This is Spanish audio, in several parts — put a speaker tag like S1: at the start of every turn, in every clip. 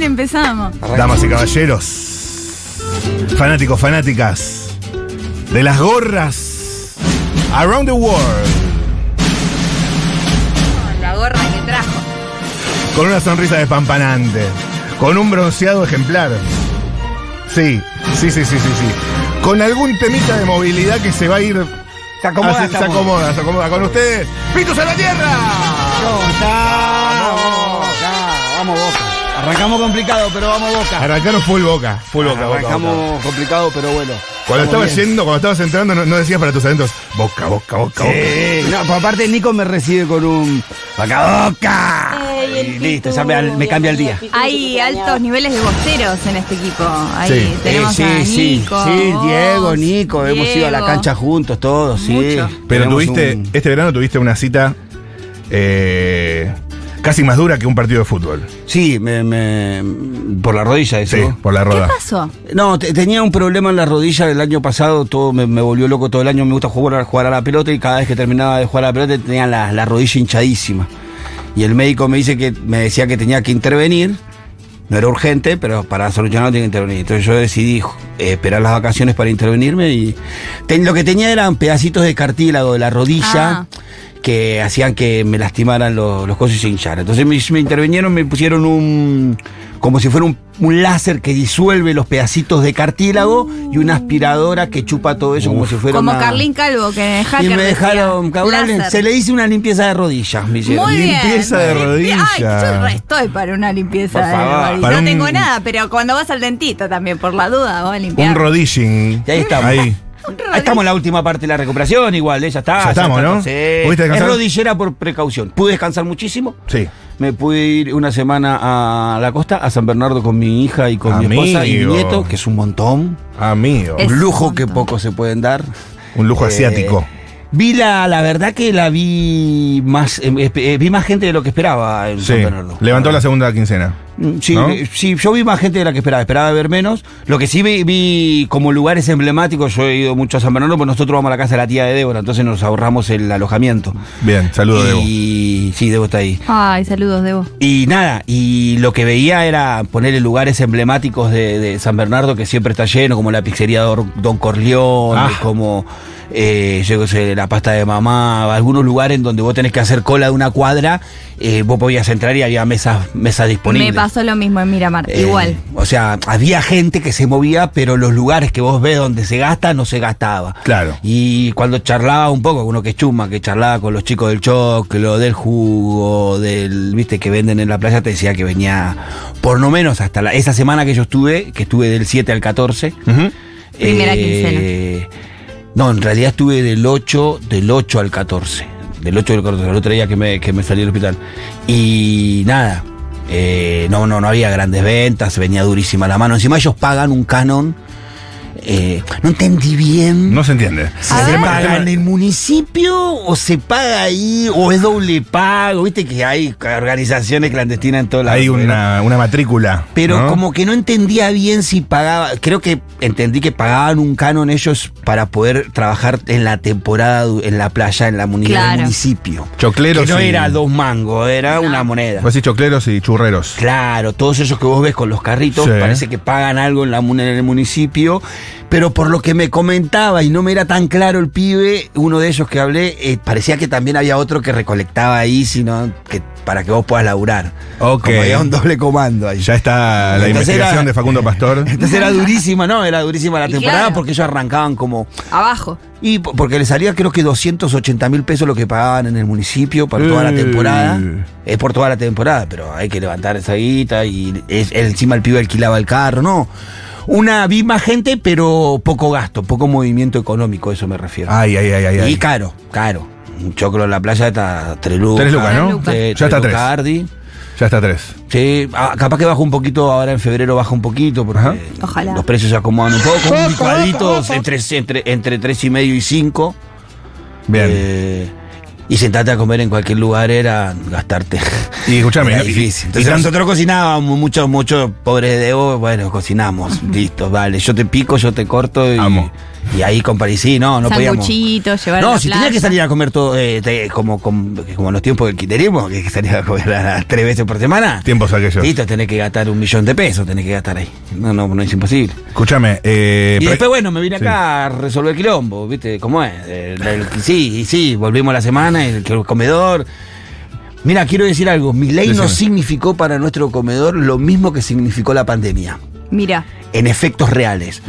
S1: empezamos.
S2: Damas y caballeros, fanáticos, fanáticas de las gorras Around the World,
S1: La gorra que trajo.
S2: con una sonrisa despampanante, con un bronceado ejemplar. Sí, sí, sí, sí, sí, sí. Con algún temita de movilidad que se va a ir.
S3: Se acomoda,
S2: hace- se
S3: se acomoda.
S2: acomoda, se acomoda con ustedes. ¡Pitos a la tierra!
S3: Vamos, Boca, vamos Boca. Arrancamos complicado, pero vamos Boca.
S2: Arrancaron full boca, full boca, boca,
S3: Arrancamos
S2: boca.
S3: complicado, pero bueno.
S2: Cuando
S3: Estamos
S2: estabas
S3: bien.
S2: yendo, cuando estabas entrando, no, no decías para tus adentros, boca, boca, boca, boca.
S3: Sí, no, pues aparte Nico me recibe con un Boca Boca.
S4: Ey, el
S3: Y listo,
S4: Pitu,
S3: ya me, al- me cambia el día.
S4: Pitu,
S1: Hay
S4: que te extrañaba.
S1: altos niveles de bosteros en este equipo. Ahí
S2: Sí.
S1: tenemos
S3: Eh,
S1: a Nico.
S3: sí, sí, sí,
S1: vos,
S3: Diego, Nico, hemos ido a la
S1: Diego.
S3: cancha juntos todos, sí.
S1: Mucho.
S2: Pero
S3: Tenemos
S2: tuviste,
S3: un-
S2: este verano tuviste una cita eh, casi más dura que un partido de fútbol.
S3: Sí, me, me- por la rodilla eso.
S2: Sí, por la
S1: ¿Qué
S2: roda.
S1: pasó?
S3: No, te- tenía un problema en la rodilla el año pasado, todo me, me volvió loco todo el año, me gusta jugar, jugar a la pelota y cada vez que terminaba de jugar a la pelota tenía la, la rodilla hinchadísima. Y el médico me dice que me decía que tenía que intervenir, no era urgente, pero para solucionarlo tenía que intervenir. Entonces yo decidí jo- eh, esperar las vacaciones para intervenirme y ten- lo que tenía eran pedacitos de cartílago de la
S1: Ah.
S3: rodilla. que hacían que me lastimaran los, los cosos y se hinchara. Entonces me, me intervinieron, me pusieron un. como si fuera un, un láser que disuelve los pedacitos de cartílago y una aspiradora que chupa todo eso como si fuera
S1: Como
S3: una-
S1: Carlín Calvo, que en el hacker
S3: Y me
S1: decía,
S3: dejaron, cabrón,
S1: láser.
S3: se le hizo una limpieza de rodillas, me hicieron.
S1: Muy bien.
S2: Limpieza de rodilla.
S1: Ay, yo re estoy para una limpieza
S3: Por
S1: de
S3: favor.
S1: rodilla.
S2: Para
S1: no
S2: un-
S1: tengo nada, pero cuando vas al dentista también, por la duda, vos a limpiar.
S2: Un rodilling.
S3: Y ahí estamos.
S2: Ahí.
S1: Un
S3: Ahí estamos en la última parte de la recuperación, igual, eh, ya está.
S2: Ya estamos,
S3: está,
S2: ¿no?
S3: sí.
S2: ¿Pudiste
S3: Es
S2: descansar?
S3: rodillera por precaución. Pude descansar muchísimo.
S2: Sí.
S3: Me pude ir una semana a la costa, a San Bernardo con mi hija y con mi esposa y mi
S2: Amigo.
S3: nieto, que es un montón.
S2: Amigo.
S1: Es-
S3: Un lujo
S1: un
S3: que
S1: montón.
S3: pocos se pueden dar.
S2: Un lujo
S3: Eh,
S2: asiático.
S3: Vi la, la verdad que la vi más, eh, esp- eh, vi más gente de lo que esperaba en
S2: Sí.
S3: San Bernardo.
S2: Levantó la segunda quincena.
S3: Mm, Sí,
S2: ¿no?
S3: eh, sí, yo vi más gente de la que esperaba, esperaba ver menos. Lo que sí vi, vi como lugares emblemáticos, yo he ido mucho a San Bernardo, porque nosotros vamos a la casa de la tía de Débora, entonces nos ahorramos el alojamiento.
S2: Bien, saludo Debo.
S3: y sí, Debo está ahí.
S1: Ay, saludos, Debo.
S3: Y nada, y lo que veía era ponerle lugares emblemáticos de, de San Bernardo que siempre está lleno, como la pizzería Dor- Don Corleón,
S2: Ah.
S3: como eh, yo qué sé, la pasta de mamá, algunos lugares en donde vos tenés que hacer cola de una cuadra, eh, vos podías entrar y había mesas, mesas disponibles.
S1: Me pasó lo mismo en Miramar,
S3: Eh,
S1: igual.
S3: O sea, había gente que se movía, pero los lugares que vos ves donde se gasta, no se gastaba.
S2: Claro.
S3: Y cuando charlaba un poco, uno que es chuma, que charlaba con los chicos del choclo, del jugo, del, viste, que venden en la playa, te decía que venía por lo menos hasta la, esa semana que yo estuve, que estuve del 7 al 14.
S2: Ujú.
S1: Primera
S3: Eh, No, en realidad estuve del 8, del 8 al 14. Del 8 al 14, el otro día que me, que me salí del hospital. Y nada, eh, no, no, no había grandes ventas, venía durísima la mano. Encima ellos pagan un canon. eh, no entendí bien.
S2: No se entiende.
S3: Si
S1: A
S3: se
S1: ver.
S3: paga en el municipio o se paga ahí o es doble pago, viste que hay organizaciones clandestinas en pues, todas las
S2: Hay una, una matrícula.
S3: pero
S2: ¿no?
S3: como que no entendía bien si pagaba. Creo que entendí que pagaban un canon ellos para poder trabajar en la temporada, du- en la playa, en la muni- en el
S1: Claro.
S3: municipio.
S2: Chocleros.
S3: que no
S2: y-
S3: era dos mangos, era una moneda.
S2: Vos decís chocleros y churreros.
S3: Claro, todos esos que vos ves con los carritos,
S2: Sí.
S3: parece que pagan algo en, la, mun- en el municipio, pero por lo que me comentaba y no me era tan claro el pibe, uno de ellos que hablé, eh, parecía que también había otro que recolectaba ahí, sino que para que vos puedas laburar.
S2: Ok.
S3: Como había un doble comando ahí.
S2: Ya está la
S3: Entonces
S2: investigación
S3: era-
S2: de Facundo Pastor.
S3: Entonces era durísima, ¿no? Era durísima la
S1: Y
S3: temporada
S1: claro.
S3: porque ellos arrancaban como.
S1: Abajo.
S3: Y po- porque le salía creo que 280 mil pesos lo que pagaban en el municipio para toda la
S2: Eh.
S3: temporada. Es por toda la temporada, pero hay que levantar esa guita y es- encima el pibe alquilaba el carro, ¿no? Una, vi más gente, pero poco gasto, poco movimiento económico, a eso me refiero.
S2: Ay, ay, ay, ay.
S3: y
S2: ay.
S3: caro, caro. Un choclo en la playa está tres lucas.
S2: Tres lucas,
S1: Tres
S2: ¿no?
S1: lucas.
S3: Sí,
S2: Ya está
S3: lucas
S2: tres.
S3: Cardi.
S2: Ya está tres.
S3: Sí, ah, capaz que baja un poquito, ahora en febrero baja un poquito, porque
S2: Ajá.
S1: Ojalá.
S3: los precios se acomodan un poco. Un licuadito entre, entre, entre 3 y medio y 5.
S2: Bien.
S3: Eh, y sentarte a comer en cualquier lugar era gastarte.
S2: y escúchame.
S3: Era
S2: y-
S3: difícil.
S2: y
S3: Entonces
S2: trans-
S3: nosotros cocinábamos, muchos, muchos pobres de Evo, bueno, cocinamos, listo, vale. Yo te pico, yo te corto y.
S2: Amo.
S3: Y ahí con Parisí, no, no podíamos.
S1: Sanguchitos, llevar a
S3: No,
S1: la
S3: si tenías
S1: plaza.
S3: que salir a comer todo, eh, te- como, como, como en los tiempos del quiterismo, que salías a comer a las tres veces por semana.
S2: Tiempos aquellos.
S3: Listo, tenés que gastar un millón de pesos, tenés que gastar ahí. No, no, no es imposible.
S2: Escúchame. eh,
S3: Y
S2: pre-
S3: después, bueno, me vine
S2: Sí.
S3: acá a resolver quilombo, ¿viste? ¿Cómo es? El- el- sí, y sí, volvimos la semana, el, el comedor. Mira, quiero decir algo. Mi ley no
S2: Decime.
S3: significó para nuestro comedor lo mismo que significó la pandemia,
S1: Mira,
S3: en efectos reales.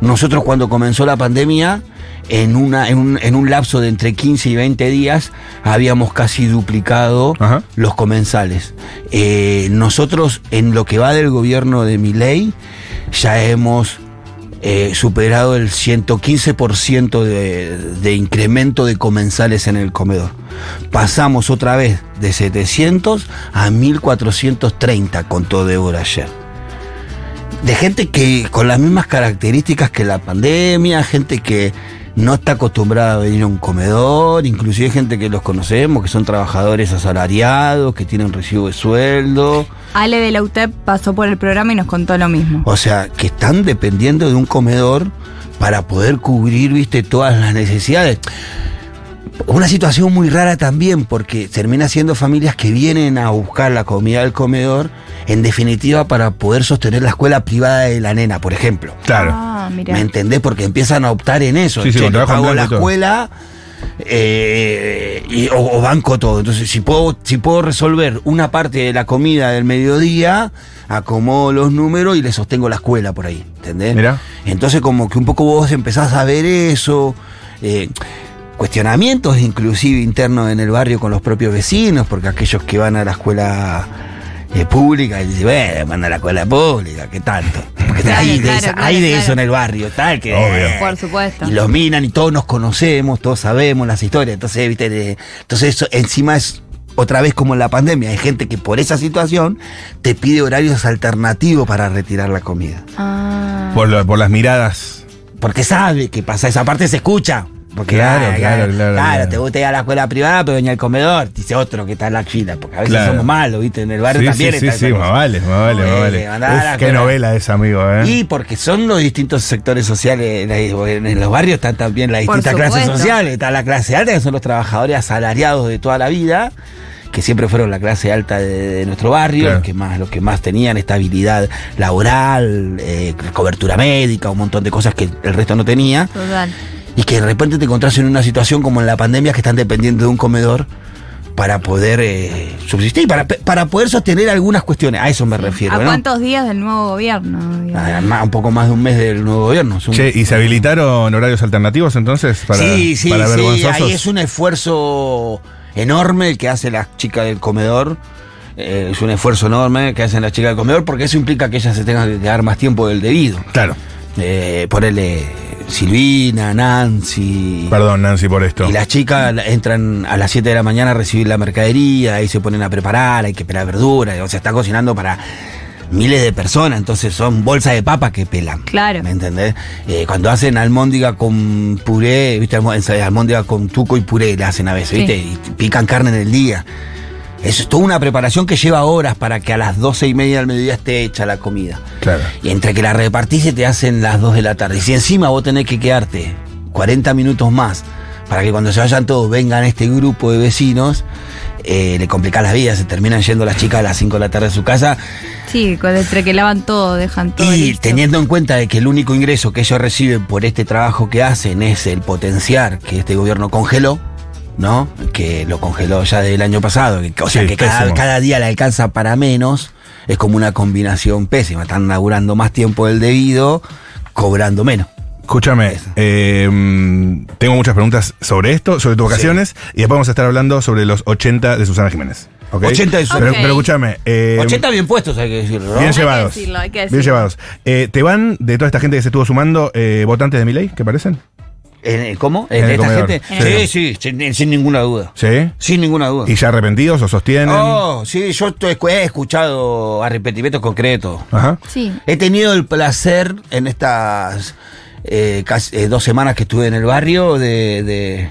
S3: Nosotros, cuando comenzó la pandemia, en, una, en, un, en un lapso de entre 15 y 20 días, habíamos casi duplicado
S2: Ajá.
S3: los comensales. Eh, nosotros, en lo que va del gobierno de Miley, ya hemos eh, superado el 115% de, de incremento de comensales en el comedor. Pasamos otra vez de 700 a 1430 con todo de hora ayer. De gente que con las mismas características que la pandemia, gente que no está acostumbrada a venir a un comedor, inclusive gente que los conocemos, que son trabajadores asalariados, que tienen recibo de sueldo.
S1: Ale de la UTEP pasó por el programa y nos contó lo mismo.
S3: O sea, que están dependiendo de un comedor para poder cubrir, viste, todas las necesidades. Una situación muy rara también, porque termina siendo familias que vienen a buscar la comida del comedor, en definitiva, para poder sostener la escuela privada de la nena, por ejemplo.
S2: Claro.
S1: Ah, mira.
S3: ¿Me entendés? Porque empiezan a optar en eso.
S2: Sí, sí,
S3: Che,
S2: con
S3: te
S2: trabajo en
S3: pago la
S2: blanco y todo.
S3: escuela eh, y- o, o banco todo. Entonces, si puedo, si puedo resolver una parte de la comida del mediodía, acomodo los números y le sostengo la escuela por ahí. ¿Entendés?
S2: Mirá.
S3: Entonces, como que un poco vos empezás a ver eso. eh, cuestionamientos inclusive internos en el barrio con los propios vecinos, porque aquellos que van a la escuela eh, pública, y dicen, bueno, van a la escuela pública, ¿qué tanto? Porque
S1: Claro,
S3: hay de,
S1: claro,
S3: esa-
S1: claro,
S3: hay de
S1: claro.
S3: eso en el barrio, tal que... eh,
S2: Obvio.
S1: Por supuesto.
S3: Y los minan y todos nos conocemos, todos sabemos las historias. Entonces, viste, de- entonces eso encima es otra vez como en la pandemia. Hay gente que por esa situación te pide horarios alternativos para retirar la comida.
S1: Ah.
S2: Por, lo- por las miradas.
S3: Porque sabe que pasa esa parte, se escucha. Porque,
S2: Claro,
S3: ah,
S2: claro, claro, claro.
S3: te gusta ir a la escuela privada, pero venía al comedor, dice otro que está en la fila, porque a veces
S2: Claro.
S3: somos malos, ¿viste? En el barrio
S2: Sí,
S3: también
S2: sí,
S3: está
S2: sí,
S3: esa
S2: sí,
S3: cosa.
S2: más vale, más vale, más
S3: Eh,
S2: vale.
S3: mandá a la
S2: Uf, qué
S3: escuela.
S2: novela esa, amigo, ¿eh?
S3: Y porque son los distintos sectores sociales, en la- en los barrios están también las
S1: Por
S3: distintas clases
S1: supuesto.
S3: sociales, está la clase alta, que son los trabajadores asalariados de toda la vida, que siempre fueron la clase alta de, de nuestro barrio,
S2: Claro.
S3: los, que más, los que más tenían estabilidad laboral, eh, cobertura médica, un montón de cosas que el resto no tenía,
S1: Total.
S3: y que de repente te encontrás en una situación como en la pandemia que están dependiendo de un comedor para poder eh, subsistir, para, para poder sostener algunas cuestiones, a eso me refiero.
S1: ¿A
S3: ¿no?
S1: cuántos días del nuevo gobierno? digamos?
S3: Ah, más- un poco más de un mes del nuevo gobierno. es un-
S2: Che, ¿y se habilitaron horarios alternativos entonces? Para,
S3: Mm. sí, sí,
S2: para
S3: sí.
S2: vergonzosos.
S3: Ahí es un esfuerzo enorme el que hace las chicas del comedor. Eh, es un esfuerzo enorme que hacen las chicas del comedor porque eso implica que ellas se tengan que quedar más tiempo del debido.
S2: Claro.
S3: Eh, ponele Silvina, Nancy.
S2: Perdón, Nancy, por esto.
S3: Y las chicas la- entran a las 7 de la mañana a recibir la mercadería, ahí se ponen a preparar, hay que pelar verduras, o sea, está cocinando para miles de personas, entonces son bolsas de papa que pelan.
S1: Claro.
S3: ¿Me entendés? Eh, cuando hacen almóndiga con puré, ¿viste? Almo- ensa- Almóndiga con tuco y puré la hacen a veces,
S1: Sí.
S3: ¿viste? Y t- pican carne en el día. Eso es toda una preparación que lleva horas para que a las doce y media del mediodía esté hecha la comida.
S2: Claro.
S3: Y entre que la repartís se te hacen las 2 de la tarde. Y si encima vos tenés que quedarte 40 minutos más para que cuando se vayan todos vengan este grupo de vecinos, eh, le complicás las vidas. Se terminan yendo las chicas a las 5 de la tarde a su casa.
S1: Sí, con- entre que lavan todo, dejan todo.
S3: y
S1: listo.
S3: teniendo en cuenta de que el único ingreso que ellos reciben por este trabajo que hacen es el potenciar que este gobierno congeló. ¿No? Que lo congeló ya del año pasado. que- O sea
S2: Sí,
S3: que cada,
S2: pésimo.
S3: cada día le alcanza para menos. Es como una combinación pésima. Están laburando más tiempo del debido, cobrando menos.
S2: Escúchame, eh, mm, tengo muchas preguntas sobre esto, sobre tus vacaciones, y después vamos a estar hablando sobre los 80 de Susana Jiménez. ¿ok?
S3: 80 de Susana.
S2: Pero,
S1: Ok.
S2: pero escúchame. eh,
S3: 80 bien puestos, hay que decirlo. ¿no?
S2: Bien
S1: que
S2: llevados.
S1: decirlo, hay que
S2: Bien
S1: decirlo.
S2: llevados. Eh, ¿Te van de toda esta gente que se estuvo sumando eh, votantes de mi ley? ¿Qué parecen?
S3: ¿En el- ¿Cómo?
S2: En
S3: ¿En
S2: el
S3: esta
S2: comedor.
S3: gente?
S2: En el-
S3: Sí, sí, sin, sin ninguna duda.
S2: ¿Sí?
S3: Sin ninguna duda.
S2: ¿Y ya arrepentidos o sostienen?
S3: Oh, sí, yo estoy- he escuchado arrepentimientos concretos.
S2: Ajá.
S1: Sí.
S3: He tenido el placer en estas eh, casi- eh, dos semanas que estuve en el barrio de, de-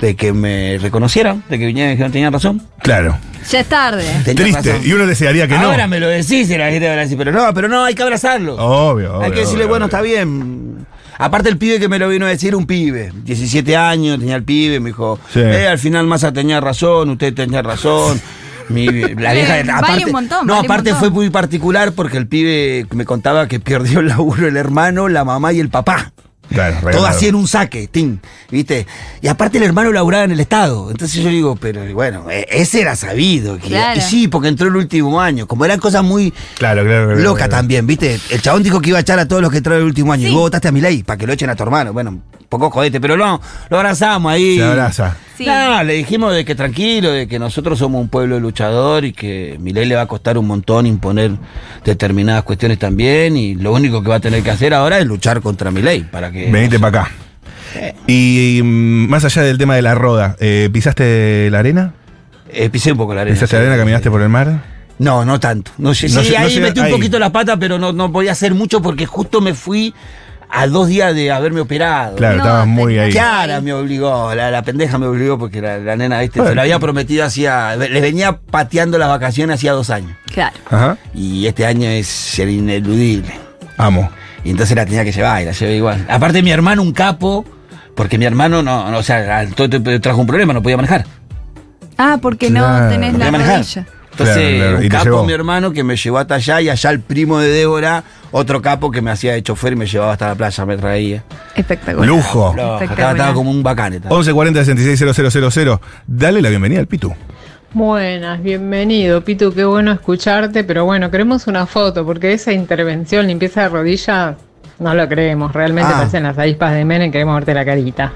S3: de que me reconocieran, de que vinieron y dijeron tenía razón.
S2: Claro.
S1: Ya es tarde.
S3: Tenía
S2: Triste.
S3: razón.
S2: Y uno desearía que
S3: Ahora
S2: no. Oh,
S3: me lo decís y la gente va a decir, pero no, pero no, hay que abrazarlo.
S2: Obvio, obvio,
S3: hay que decirle,
S2: obvio,
S3: bueno,
S2: obvio.
S3: está bien. Aparte el pibe que me lo vino a decir, un pibe, 17 años, tenía el pibe, me dijo,
S2: Sí.
S3: "Eh, al final Massa tenía razón, usted tenía razón. Mi- la vieja,
S1: Eh, Vale
S3: aparte,
S1: un montón,
S3: no,
S1: vale un
S3: aparte
S1: montón.
S3: fue muy particular porque el pibe me contaba que perdió el laburo el hermano, la mamá y el papá.
S2: Claro,
S3: Todo
S2: regalado.
S3: así en un saque, ting, ¿viste? Y aparte el hermano laburaba en el Estado. Entonces yo digo, pero bueno, e- ese era sabido. que-
S1: Claro.
S3: Y sí, porque entró el último año. Como eran cosas muy
S2: Claro, claro, claro,
S3: locas
S2: claro.
S3: también, ¿viste? El chabón dijo que iba a echar a todos los que entraron el último año.
S1: Sí.
S3: Y vos votaste a mi ley para que lo echen a tu hermano. Bueno, un poco jodete, pero no, lo abrazamos ahí.
S2: Se abraza.
S1: Sí.
S3: No, le dijimos de que tranquilo, de que nosotros somos un pueblo luchador y que Milei le va a costar un montón imponer determinadas cuestiones también y lo único que va a tener que hacer ahora es luchar contra Milei para que
S2: Venite para acá. Y mm, más allá del tema de la roda, eh, ¿pisaste la arena?
S3: Eh, pisé un poco la arena.
S2: ¿Pisaste la arena? ¿Caminaste por el mar?
S3: No, no tanto. No, sé-
S2: No
S3: sí,
S2: sé- no
S3: ahí
S2: llega-
S3: metí un
S2: ahí.
S3: poquito las patas, pero no, no podía hacer mucho porque justo me fui a dos días de haberme operado.
S2: Claro,
S1: No,
S2: estabas muy
S1: tenía-
S2: ahí.
S3: Kiara me obligó, la, la pendeja me obligó porque la, la nena, ¿viste?
S2: Bueno.
S3: se lo había prometido hacía. Les venía pateando las vacaciones hacía dos años.
S1: Claro.
S2: Ajá.
S3: Y este año es el ineludible.
S2: Amo.
S3: Y entonces la tenía que llevar y la llevé igual. Aparte, mi hermano, un capo, porque mi hermano no, no, o sea, al- todo- todo- trajo un problema, no podía manejar.
S1: Ah, porque
S2: Claro.
S1: no tenés
S3: Porque
S1: la
S3: manejar.
S1: rodilla.
S3: Entonces,
S2: Claro, claro, y
S3: un
S2: te
S3: capo
S2: llevó.
S3: mi hermano que me llevó hasta allá y allá el primo de Débora, otro capo que me hacía de chofer y me llevaba hasta la playa, me traía.
S1: Espectacular.
S2: Lujo.
S3: No, estaba,
S1: Espectacular.
S3: estaba como un bacán. estaba.
S2: 1140-660000. Dale la bienvenida al Pitu.
S4: Buenas, bienvenido, Pitu, qué bueno escucharte, pero bueno, queremos una foto, porque esa intervención, limpieza de rodillas, no lo creemos, realmente
S3: Ah.
S4: parecen las avispas de Menem, queremos verte la carita.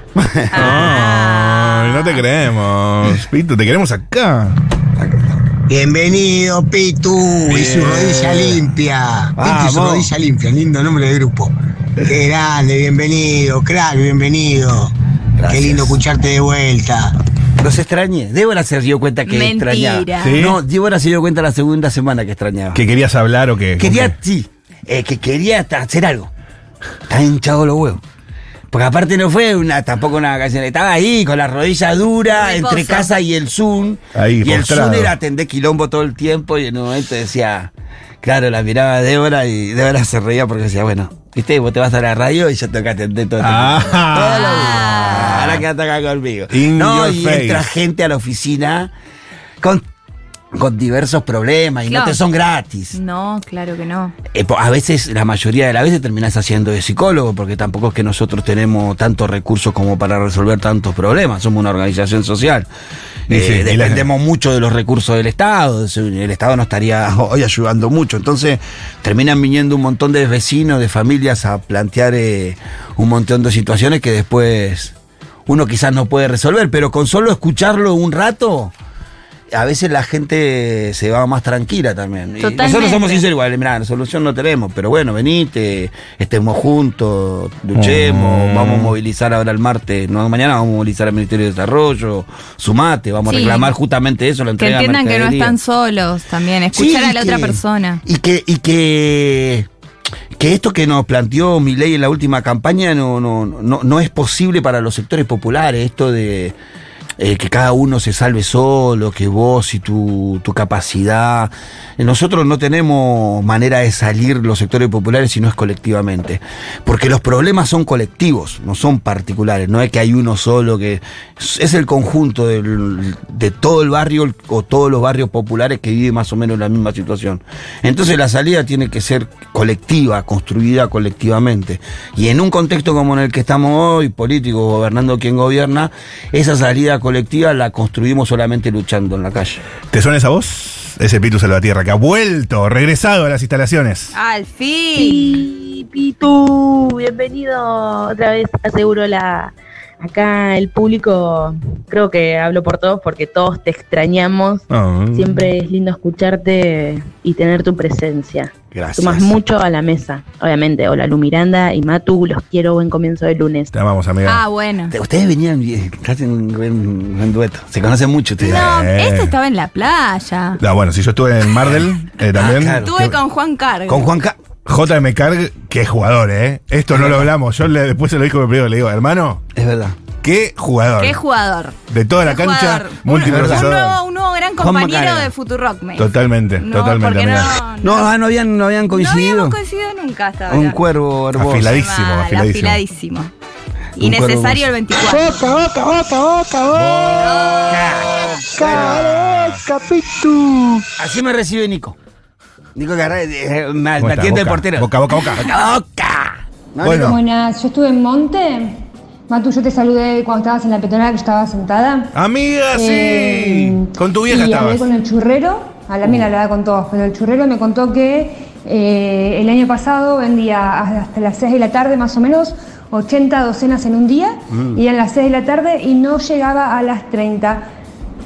S1: Ah.
S2: Ay, no te queremos, Pitu, te queremos acá.
S5: Bienvenido, Pitu, y su rodilla limpia. Pitu y su
S3: Vamos.
S5: rodilla limpia, lindo nombre de grupo. Qué grande, bienvenido, crack, bienvenido. Qué
S3: Gracias.
S5: lindo escucharte de vuelta.
S3: Los extrañé. Débora se dio cuenta que
S1: Mentira.
S3: extrañaba.
S2: Sí.
S3: No, Débora se dio cuenta la segunda semana que extrañaba.
S2: ¿Que querías hablar o qué?
S3: Quería, sí, eh, que quería hasta hacer algo. Está hinchado los huevos. Porque aparte no fue una, tampoco una vacación. Estaba ahí con la rodilla dura,
S1: Reposo.
S3: entre casa y el Zoom.
S2: Ahí,
S3: y el
S2: postrado.
S3: Zoom era atender quilombo todo el tiempo. Y en un momento decía, claro, la miraba de Débora y Débora se reía porque decía, bueno, viste, vos te vas a la radio y yo tengo que atender todo el tiempo. Todos los días.
S2: Ah.
S3: Ahora quédate acá conmigo.
S2: In
S3: no,
S2: your
S3: y
S2: face.
S3: entra gente a la oficina con, con diversos problemas y
S1: Claro.
S3: no te son gratis.
S1: No, claro que no.
S3: Eh, po- a veces, la mayoría de las veces terminás haciendo de psicólogo, porque tampoco es que nosotros tenemos tantos recursos como para resolver tantos problemas. Somos una organización social.
S2: Y
S3: Eh,
S2: sí, y la-
S3: dependemos mucho de los recursos del Estado. Si El Estado nos estaría hoy ayudando mucho. Entonces, terminan viniendo un montón de vecinos, de familias a plantear eh, un montón de situaciones que después uno quizás no puede resolver, pero con solo escucharlo un rato. A veces la gente se va más tranquila también. Y
S1: Totalmente.
S3: Nosotros somos sinceros igual, mirá, la solución no tenemos, pero bueno, venite, estemos juntos, luchemos,
S2: Mm.
S3: vamos a movilizar ahora el martes, no mañana vamos a movilizar al Ministerio de Desarrollo, sumate, vamos
S1: Sí.
S3: a reclamar justamente eso,
S1: Que
S3: la entrega de
S1: entiendan que no
S3: mercadería.
S1: están solos también.
S3: Sí,
S1: Escuchar a
S3: y
S1: la otra
S3: que-
S1: persona.
S3: Y que, y que, que esto que nos planteó Milei en la última campaña no, no, no, no es posible para los sectores populares, esto de eh, que cada uno se salve solo, que vos y tu, tu capacidad. Eh, Nosotros no tenemos manera de salir los sectores populares si no es colectivamente. Porque los problemas son colectivos, no son particulares. No es que hay uno solo, que es es el conjunto del- de todo el barrio o todos los barrios populares que viven más o menos la misma situación. Entonces la salida tiene que ser colectiva, construida colectivamente. Y en un contexto como en el que estamos hoy, político, gobernando quien gobierna, esa salida colectiva la construimos solamente luchando en la calle.
S2: ¿Te suena esa voz? Ese Pitu Salvatierra que ha vuelto, regresado a las instalaciones.
S1: Al fin.
S6: Sí, Pitu, bienvenido otra vez. Aseguro la acá el público, creo que hablo por todos porque todos te extrañamos.
S2: Ah.
S3: Mm.
S6: Siempre es lindo escucharte y tener tu presencia.
S3: Gracias.
S6: Sumas mucho a la mesa, obviamente. Hola, Lu Miranda y Matu, los quiero. Buen comienzo de lunes.
S2: Te amamos, amiga.
S1: Ah, bueno.
S3: Te- Ustedes venían bien, casi un buen, buen dueto. Se conocen mucho ustedes.
S1: No,
S2: Eh.
S1: este estaba en la playa.
S2: Ah, bueno, si yo estuve en Mardel eh, también.
S3: claro.
S1: Ah, Estuve con Juan Cargo.
S3: Con Juan Ca-
S2: JM Carg, que es jugador, ¿eh? Esto no lo hablamos. Yo le- después se lo dijo mi primo, le digo, hermano,
S3: Es verdad.
S2: Qué jugador.
S1: Qué jugador.
S2: De toda la
S1: Qué
S2: cancha,
S1: jugador. Un, un
S2: multiprocesador.
S1: nuevo, un nuevo gran
S3: Juan
S1: compañero
S3: Macarena.
S1: de Futurock, me dice.
S2: Totalmente,
S1: No,
S2: totalmente.
S1: porque
S2: amiga.
S1: no,
S3: No, ah, no habían, no habían
S1: No
S3: coincidido.
S1: habíamos coincidido nunca hasta ahora.
S3: Un cuervo hermoso.
S2: Afiladísimo. Afiladísimo,
S1: Mal,
S2: afiladísimo.
S1: afiladísimo.
S3: Un cuervo
S1: Innecesario el 24.
S5: Oca, oca, oca, oca, oca, capitu.
S3: Así me recibe Nico. Nico Garay, eh, me, me
S2: ¿Cómo está?
S3: atiende el
S2: Boca,
S3: portero.
S2: Boca, boca, boca.
S3: Boca, boca. No,
S2: Bueno.
S7: Buenas, yo estuve en Monte. Matu, yo te saludé cuando estabas en la petonera que yo estaba sentada.
S2: Amiga, Ah, sí.
S7: Eh,
S2: Con tu vieja
S7: y hablé
S2: estabas. Uh.
S7: con el churrero, a la mira hablaba con todos, pero el churrero me contó que eh, el año pasado vendía hasta las 6 de la tarde más o menos 80 docenas en un día,
S2: Mm.
S7: y eran las 6 de la tarde y no llegaba a las 30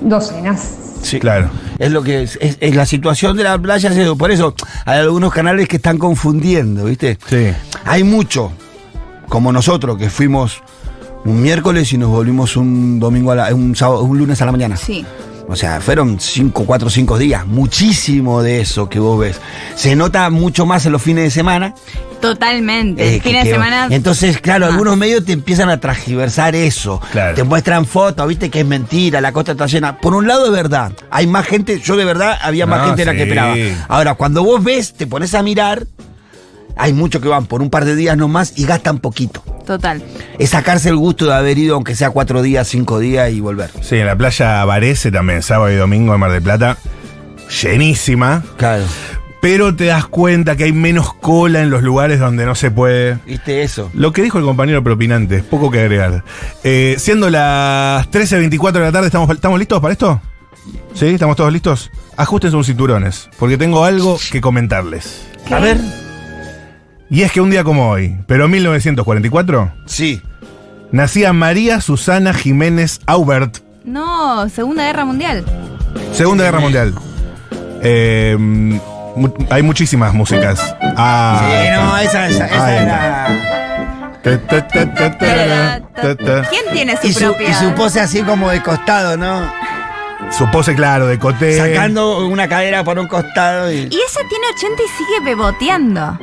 S7: docenas.
S3: Sí.
S2: Claro.
S3: Es lo que es, es- es la situación de la playa. es eso. Por eso hay algunos canales que están confundiendo, ¿viste?
S2: Sí.
S3: Hay mucho, como nosotros, que fuimos un miércoles y nos volvimos un domingo a la- un, sábado- un lunes a la mañana.
S1: Sí.
S3: O sea, fueron 5, 4, 5 días. Muchísimo de eso que vos ves. Se nota mucho más en los fines de semana.
S1: Totalmente.
S3: Eh,
S1: el fin
S3: que-
S1: de
S3: que-
S1: semana.
S3: Entonces, claro,
S1: Ah.
S3: algunos medios te empiezan a transgiversar eso.
S2: Claro.
S3: Te muestran fotos, viste que es mentira, la costa está llena. Por un lado es verdad, hay más gente, yo de verdad había más
S2: No,
S3: gente de la que
S2: sí.
S3: esperaba. Ahora, cuando vos ves, te pones a mirar, hay muchos que van por un par de días nomás y gastan poquito.
S1: Total.
S3: Es sacarse el gusto de haber ido, aunque sea cuatro días, cinco días y volver.
S2: Sí, en la playa Varese también, sábado y domingo en Mar del Plata. Llenísima.
S3: Claro.
S2: Pero te das cuenta que hay menos cola en los lugares donde no se puede.
S3: ¿Viste eso?
S2: Lo que dijo el compañero propinante, poco que agregar. Eh, siendo las 13.24 de la tarde, ¿estamos, ¿estamos listos para esto? ¿Sí? ¿Estamos todos listos? Ajusten sus cinturones, porque tengo algo que comentarles.
S3: A ver.
S2: Y es que un día como hoy, pero 1944,
S3: Sí.
S2: nacía María Susana Jiménez Aubert,
S1: No, Segunda Guerra Mundial.
S2: Segunda Guerra Mundial. Eh, mu- hay muchísimas músicas.
S3: Sí, no,
S2: Ah,
S3: esa, esa, esa
S2: Ay,
S3: era.
S2: ta, ta, ta, ta, ta, ta, ta.
S1: ¿Quién tiene su
S3: Y su,
S1: propia?
S3: y su pose así como de costado, ¿no?
S2: Su pose, claro, de
S3: Eh.
S2: cote.
S3: sacando una cadera por un costado y.
S1: Y ella tiene 80 y sigue beboteando.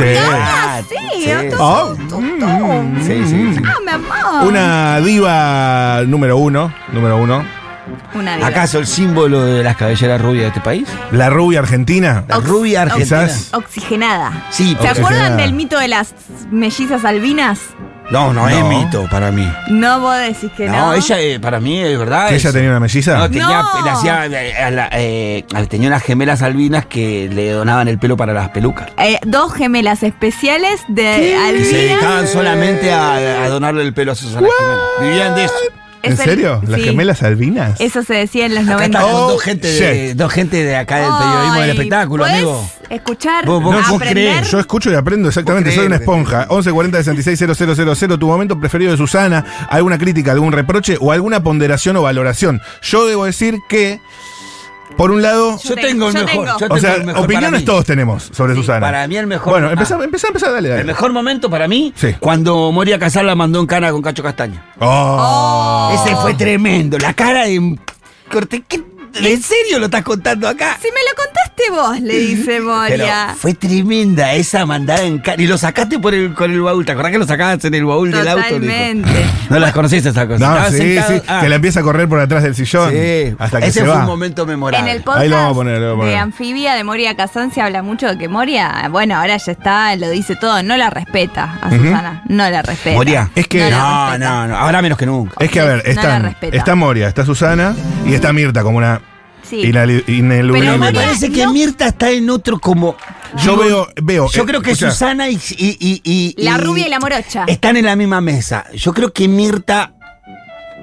S3: Eh.
S1: Ah, sí. entonces-
S2: Oh.
S1: Tum, tum.
S3: Mm. Sí, sí, sí.
S1: Ah, mi amor.
S2: Una diva número uno, número uno.
S1: Una vida.
S3: ¿Acaso el símbolo de las cabelleras rubias de este país?
S2: La rubia argentina.
S3: La
S1: Ox-
S3: rubia argentina.
S2: Quizás.
S1: Oxigenada.
S3: Sí,
S1: ¿Se
S3: porque-
S2: Oxigenada.
S1: acuerdan del mito de las mellizas albinas?
S3: No, no, es
S2: No.
S3: mito para mí.
S1: No vos decís que
S3: No,
S1: no.
S3: ella eh, para mí es verdad.
S2: ¿Que ella
S3: es-
S2: tenía una melliza?
S3: No, tenía,
S1: No.
S3: le hacía, eh, a la- eh, tenía unas gemelas albinas que le donaban el pelo para las pelucas.
S1: Eh, dos gemelas especiales de
S3: Y se
S1: albinas.
S3: dedicaban solamente a, a donarle el pelo a Susana Jiménez. Vivían de eso.
S2: ¿En
S1: Es el-
S2: serio? ¿Las
S1: sí.
S2: gemelas albinas?
S1: Eso se decía en los
S3: Acá
S1: 90.
S3: estamos
S2: Oh,
S3: dos gente de,
S2: shit.
S3: dos gente de acá del periodismo del
S1: Ay, pues,
S3: espectáculo,
S1: ¿podés
S3: amigo.
S1: Escuchar,
S3: Vos- vos-
S2: No,
S3: vos
S1: aprender.
S3: creés,
S2: Yo escucho y aprendo exactamente, soy una esponja. 1140 000 tu momento preferido de Susana, alguna crítica, algún reproche o alguna ponderación o valoración. Yo debo decir que, por un lado,
S1: Yo tengo el yo mejor, tengo. yo
S2: o sea,
S3: el mejor para
S2: opiniones
S3: mí.
S2: todos tenemos sobre Susana.
S3: para mí el mejor-
S2: Bueno,
S3: ah.
S2: empezá, empezá, empezá, dale,
S3: El
S2: dale.
S3: mejor momento para mí,
S2: Sí.
S3: cuando Moria Casal la mandó en cara con Cacho Castaña.
S2: Oh.
S1: Ah.
S3: Ese fue tremendo. La cara de. corte- ¿qué- ¿En serio lo estás contando acá?
S1: Si me lo contaste vos, le dice
S3: Pero
S1: Moria.
S3: fue tremenda esa mandada en cara. Y lo sacaste por el, con el baúl. ¿Te acordás que lo sacabas en el baúl del auto? Nico?
S1: Totalmente.
S3: No las conocés esas cosas.
S2: No,
S3: Estabas
S2: sí,
S3: sentado-
S2: sí,
S3: ah,
S2: que la empieza a correr por atrás del sillón
S3: sí.
S2: hasta que
S3: Ese
S2: se
S3: fue
S2: va.
S3: un momento
S1: En
S3: memorable.
S1: el podcast
S2: Ahí lo vamos a poner, lo vamos a
S1: de
S2: poner.
S1: Anfibia de Moria Kazan se habla mucho de que Moria, bueno, ahora ya está, lo dice todo, no la respeta a Susana, no la respeta.
S3: Moria.
S2: Es que-
S1: No, la
S3: No,
S1: respeta.
S3: no, no. Ahora menos que nunca.
S2: Es que, a ver,
S1: No la
S2: están,
S1: respeta.
S2: está Moria, está Susana y está Mirta como una
S1: Sí.
S2: inali-
S1: Pero
S3: Me
S2: ineludible.
S1: Moria-
S3: parece que
S1: no-
S3: Mirta está en otro como.
S2: Yo
S3: Digo,
S2: veo, veo.
S3: Yo
S2: eh,
S3: creo que
S2: escuchá,
S3: Susana y, y- y- y-
S1: La rubia y la morocha.
S3: Están en la misma mesa. Yo creo que Mirta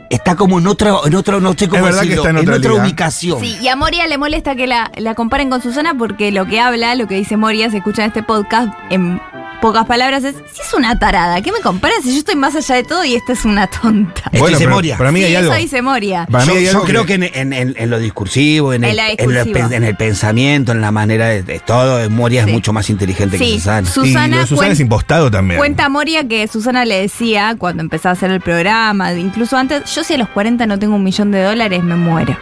S3: está como en otra, en otro, no sé cómo
S2: verdad que
S3: decirlo,
S2: está en otra liga.
S3: ubicación.
S1: Sí, y a Moria le molesta que la, la comparen con Susana porque lo que habla, lo que dice Moria, se escucha en este podcast en pocas palabras, es, si es una tarada, ¿qué me comparas si yo estoy más allá de todo y esta es una tonta?
S3: Esto
S2: Bueno,
S3: dice
S2: pero
S3: Moria.
S2: Eh, para mí
S1: Sí,
S2: hay
S1: eso
S2: algo.
S1: dice Moria.
S2: Para mí
S3: yo,
S2: hay
S3: yo
S2: algo
S3: creo
S2: que-
S3: que en, en- en- en lo discursivo, en,
S1: En
S3: el,
S1: la
S3: en lo
S1: discursiva.
S3: pen- en el pensamiento, en la manera de, de todo, eh, Moria
S1: Sí.
S3: es mucho más inteligente que
S1: Sí,
S3: Susana.
S1: su-
S2: Y
S1: Susana
S2: lo de Susana
S1: cuen-
S2: es impostado también.
S1: Cuenta Moria que Susana le decía cuando empezaba a hacer el programa, incluso antes, yo si a los 40 no tengo un millón de dólares me muero.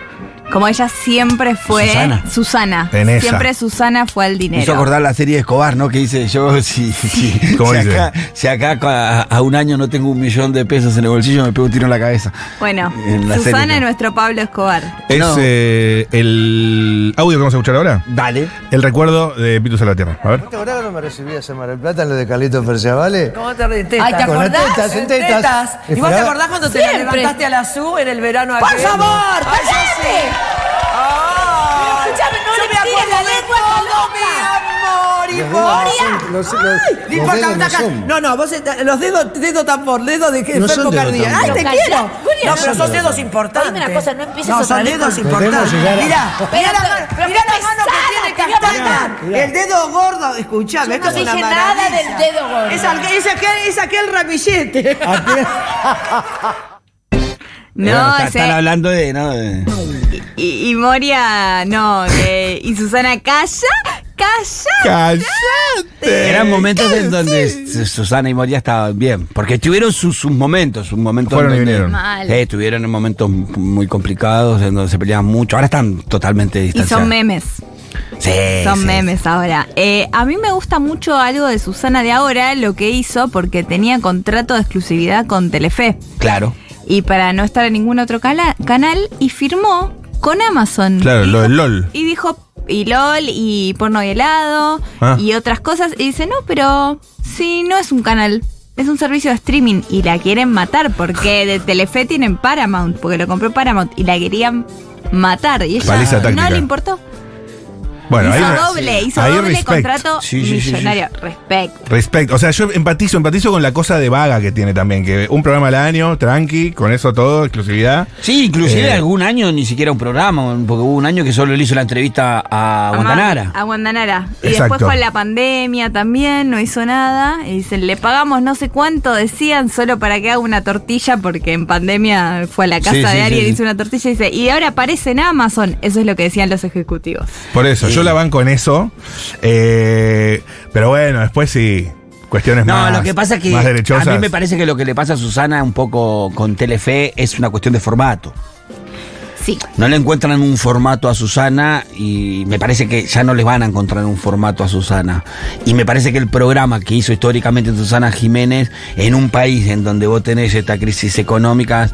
S1: Como ella siempre fue.
S3: Susana.
S1: Susana.
S2: En esa.
S1: Siempre Susana fue al
S3: Me
S1: dinero.
S3: hizo acordar la serie de Escobar, ¿no? Que dice yo, si, si,
S2: ¿Cómo
S3: si
S2: dice?
S3: acá, si acá a, a un año no tengo un millón de pesos en el bolsillo, me pego un tiro en la cabeza.
S1: Bueno,
S3: En la
S1: Susana
S3: serie,
S1: es
S3: ¿no?
S1: nuestro Pablo Escobar.
S2: Es
S3: No.
S2: eh, el audio que vamos a escuchar ahora.
S3: Dale.
S2: El recuerdo de Pitu Salvatierra. A ver.
S8: ¿Te acordás cuando me recibí a Mar del Plata en lo de Carlitos Perciavale?
S9: ¿Cómo te re- tetas?
S10: Ay, ¿te
S8: Con las
S10: acordás?
S8: tetas, en tetas.
S10: ¿Y vos te
S8: Esperaba-
S10: acordás cuando te la
S9: Siempre.
S10: levantaste a la SU en el verano
S9: ¡Por
S10: aquel?
S9: favor!
S10: ¡Ay, yo
S9: ¡Cállate!
S10: sí! ¡Ay!
S9: Escuchame, no
S10: Yo
S9: le
S10: me
S9: tires
S10: acuerdo
S9: la
S10: de
S9: lengua a esta
S10: todo,
S9: loca.
S10: mi amor, y vos.
S8: Los dedos no son- los- los-
S10: No
S8: los
S10: importa,
S8: dedos no
S10: Butaca.
S8: son.
S10: No, no, vos está- los dedos, dedo tambor, dedo de que
S8: No son
S10: enfermo
S8: dedo
S10: cardíaco.
S8: tambor.
S10: ¡Ay, te
S9: Callá,
S10: quiero!
S9: Julia,
S10: No,
S9: no
S10: pero
S9: son
S10: son
S9: dedo
S10: dedos
S9: tambor.
S10: importantes.
S9: Dime una cosa, no empieces
S10: No,
S9: a
S10: son
S9: sonar
S10: dedos
S9: con-
S10: importantes.
S8: Podemos llegar a-
S10: Mirá,
S9: Pero
S10: mirá la
S9: te-
S10: mano,
S9: pero
S10: mirá
S9: qué
S10: la mano que
S9: pesada,
S10: tiene Castaña.
S9: mirá,
S8: mirá.
S10: El dedo gordo, escuchame,
S9: Yo no
S10: esto es una
S9: dije nada
S10: maravilla.
S9: del dedo gordo.
S10: Es, al- es aquel, es aquel ramillete.
S1: No,
S3: Eh, bueno, está-
S1: ese-
S3: Están hablando de. ¿no? de-
S1: y, y Moria, no. de- y Susana, calla, calla.
S2: ¡Cállate!
S3: Eran momentos en donde S- Susana y Moria estaban bien. Porque tuvieron sus, sus momentos, sus momentos.
S2: Fueron y
S3: donde-
S2: vinieron.
S1: Mal.
S3: Eh, tuvieron momentos muy complicados, en donde se peleaban mucho. Ahora están totalmente
S1: Y
S3: distanciados.
S1: son memes.
S3: Sí,
S1: Son
S3: sí,
S1: memes ahora. Eh, a mí me gusta mucho algo de Susana de ahora, lo que hizo, porque tenía contrato de exclusividad con Telefe.
S3: sí. Claro.
S1: Y para no estar en ningún otro cala- canal, y firmó con Amazon.
S2: Claro,
S1: y
S2: lo
S1: dijo-
S2: del LOL.
S1: Y dijo, y LOL, y porno y helado,
S2: Ah.
S1: y otras cosas. Y dice, no, pero sí, no es un canal. Es un servicio de streaming y la quieren matar porque de Telefe tienen Paramount, porque lo compró Paramount y la querían matar. Y ella
S2: Paliza táctica.
S1: no le importó.
S2: Bueno, ahí,
S1: hizo
S2: re-
S1: doble, hizo
S2: ahí
S1: doble
S2: respect.
S1: contrato
S3: Sí, sí, sí, sí.
S1: millonario. Respect.
S2: Respect. O sea, yo empatizo, empatizo con la cosa de vaga que tiene también, que un programa al año, tranqui, con eso todo, exclusividad.
S3: Sí, inclusive
S2: Eh,
S3: algún año ni siquiera un programa, porque hubo un año que solo le hizo la entrevista a Guantanara.
S1: A Guantanara. Y
S2: Exacto.
S1: después con la pandemia también no hizo nada. Y dicen, le pagamos no sé cuánto, decían, solo para que haga una tortilla, porque en pandemia fue a la casa
S3: Sí,
S1: de
S3: sí,
S1: alguien,
S3: sí, sí.
S1: hizo una tortilla y dice, y ahora aparece en Amazon. Eso es lo que decían los ejecutivos.
S2: Por eso, yo la banco en eso. Eh, pero bueno, después sí, cuestiones
S3: No,
S2: más.
S3: lo que pasa es que
S2: Más
S3: a
S2: derechosas.
S3: mí me parece que lo que le pasa a Susana un poco con Telefe es una cuestión de formato.
S1: Sí.
S3: No le encuentran un formato a Susana y me parece que ya no les van a encontrar un formato a Susana. Y me parece que el programa que hizo históricamente Susana Jiménez en un país en donde vos tenés esta crisis económica,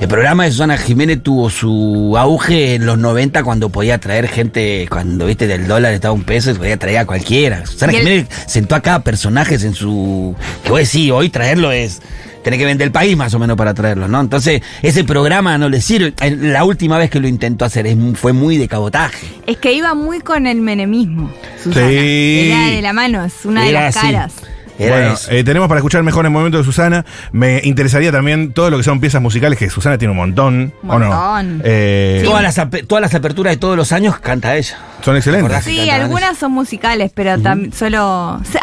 S3: el programa de Susana Jiménez tuvo su auge en los 90 cuando podía traer gente, cuando viste del dólar estaba un peso y podía traer a cualquiera. Susana
S1: Y el-
S3: Jiménez sentó acá personajes en su... que vos decís, hoy traerlo es... Tiene que vender el país más o menos para traerlo, ¿no? Entonces, ese programa no le sirve. En- La última vez que lo intentó hacer es- fue muy de cabotaje.
S1: Es que iba muy con el menemismo. Susana.
S2: Sí.
S1: Era de la mano, es una
S3: Era
S1: de las
S3: así.
S1: caras.
S3: Era
S2: bueno,
S3: eso.
S2: eh, tenemos para escuchar mejor el momento de Susana. Me interesaría también todo lo que son piezas musicales, que Susana tiene un montón.
S1: Un
S2: ¿O no?
S1: montón.
S2: Eh,
S3: todas, las, ape- todas las aperturas de todos los años canta ella.
S2: Son excelentes.
S3: ¿Acordás?
S1: Sí,
S3: cantaban
S1: algunas son musicales, pero tam- solo.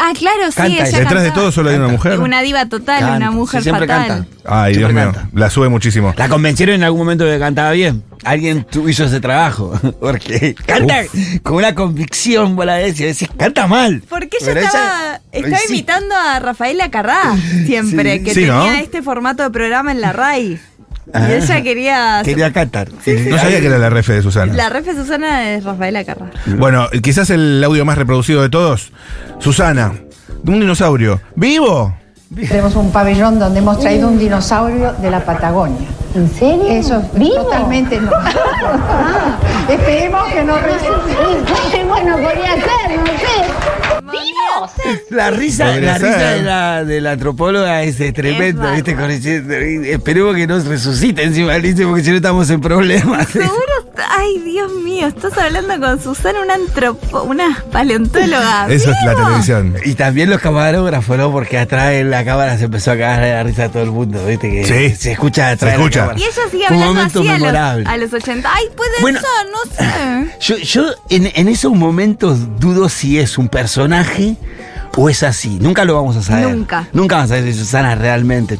S1: Ah, claro, sí,
S3: Canta
S1: ella
S3: ella.
S2: Detrás de
S1: cantaba.
S2: todo solo hay una mujer.
S1: Una diva total,
S3: Canta,
S1: una
S3: sí,
S1: mujer
S3: siempre
S1: fatal.
S3: canta.
S2: Ay, Dios
S3: Siempre
S2: mío.
S3: canta.
S2: La sube muchísimo.
S3: La convencieron en algún momento de que cantaba bien. Alguien tu- hizo ese trabajo. Porque canta con una convicción, vos la ves, y decís, canta mal.
S1: Porque ella
S3: Pero
S1: estaba,
S3: Ay,
S1: estaba
S3: sí.
S1: imitando a Rafaela Carrá siempre,
S3: Sí.
S1: que
S2: Sí,
S1: tenía
S2: ¿no?
S1: este formato de programa en la RAI.
S3: Ah.
S1: Y ella quería. hacer-
S3: Quería cantar.
S2: Eh, No sabía que era la refe de Susana.
S1: La refe Susana es Rafaela Carrá.
S2: Bueno, eh, quizás el audio más reproducido de todos. Susana, un dinosaurio. ¿Vivo?
S9: Tenemos un pabellón donde hemos traído un dinosaurio de la Patagonia.
S10: ¿En serio?
S9: Eso es totalmente no. Esperemos que no resulte. Ah. Eh, Bueno, podría ser, no sé.
S3: La risa,
S2: Podría
S3: la risa
S2: ser.
S3: de, la, de la antropóloga es eh, tremenda,
S1: Es
S3: ¿viste? Con ese- esperemos que nos resucite encima, dice, porque si no estamos en problemas.
S1: Seguro. Ay, Dios mío, estás hablando con Susana, una antropo, una paleontóloga.
S2: Eso es la
S1: Ah, ¿Vivo?
S2: televisión.
S3: Y también los camarógrafos, ¿no? Porque atrás en la cámara se empezó a cagar de la risa a todo el mundo, ¿viste? Que
S2: Sí.
S3: Se escucha atrás.
S2: Se
S3: de la
S2: escucha.
S3: cámara.
S1: Y ella sigue
S3: Fue un
S1: hablando
S3: momento
S1: así a los,
S3: memorable.
S1: a los 80. Ay, puede
S3: Bueno.
S1: ser, no sé.
S3: Yo, yo en, en esos momentos dudo si es un personaje o es así. Nunca lo vamos a saber.
S1: Nunca.
S3: Nunca vamos a saber si Susana realmente.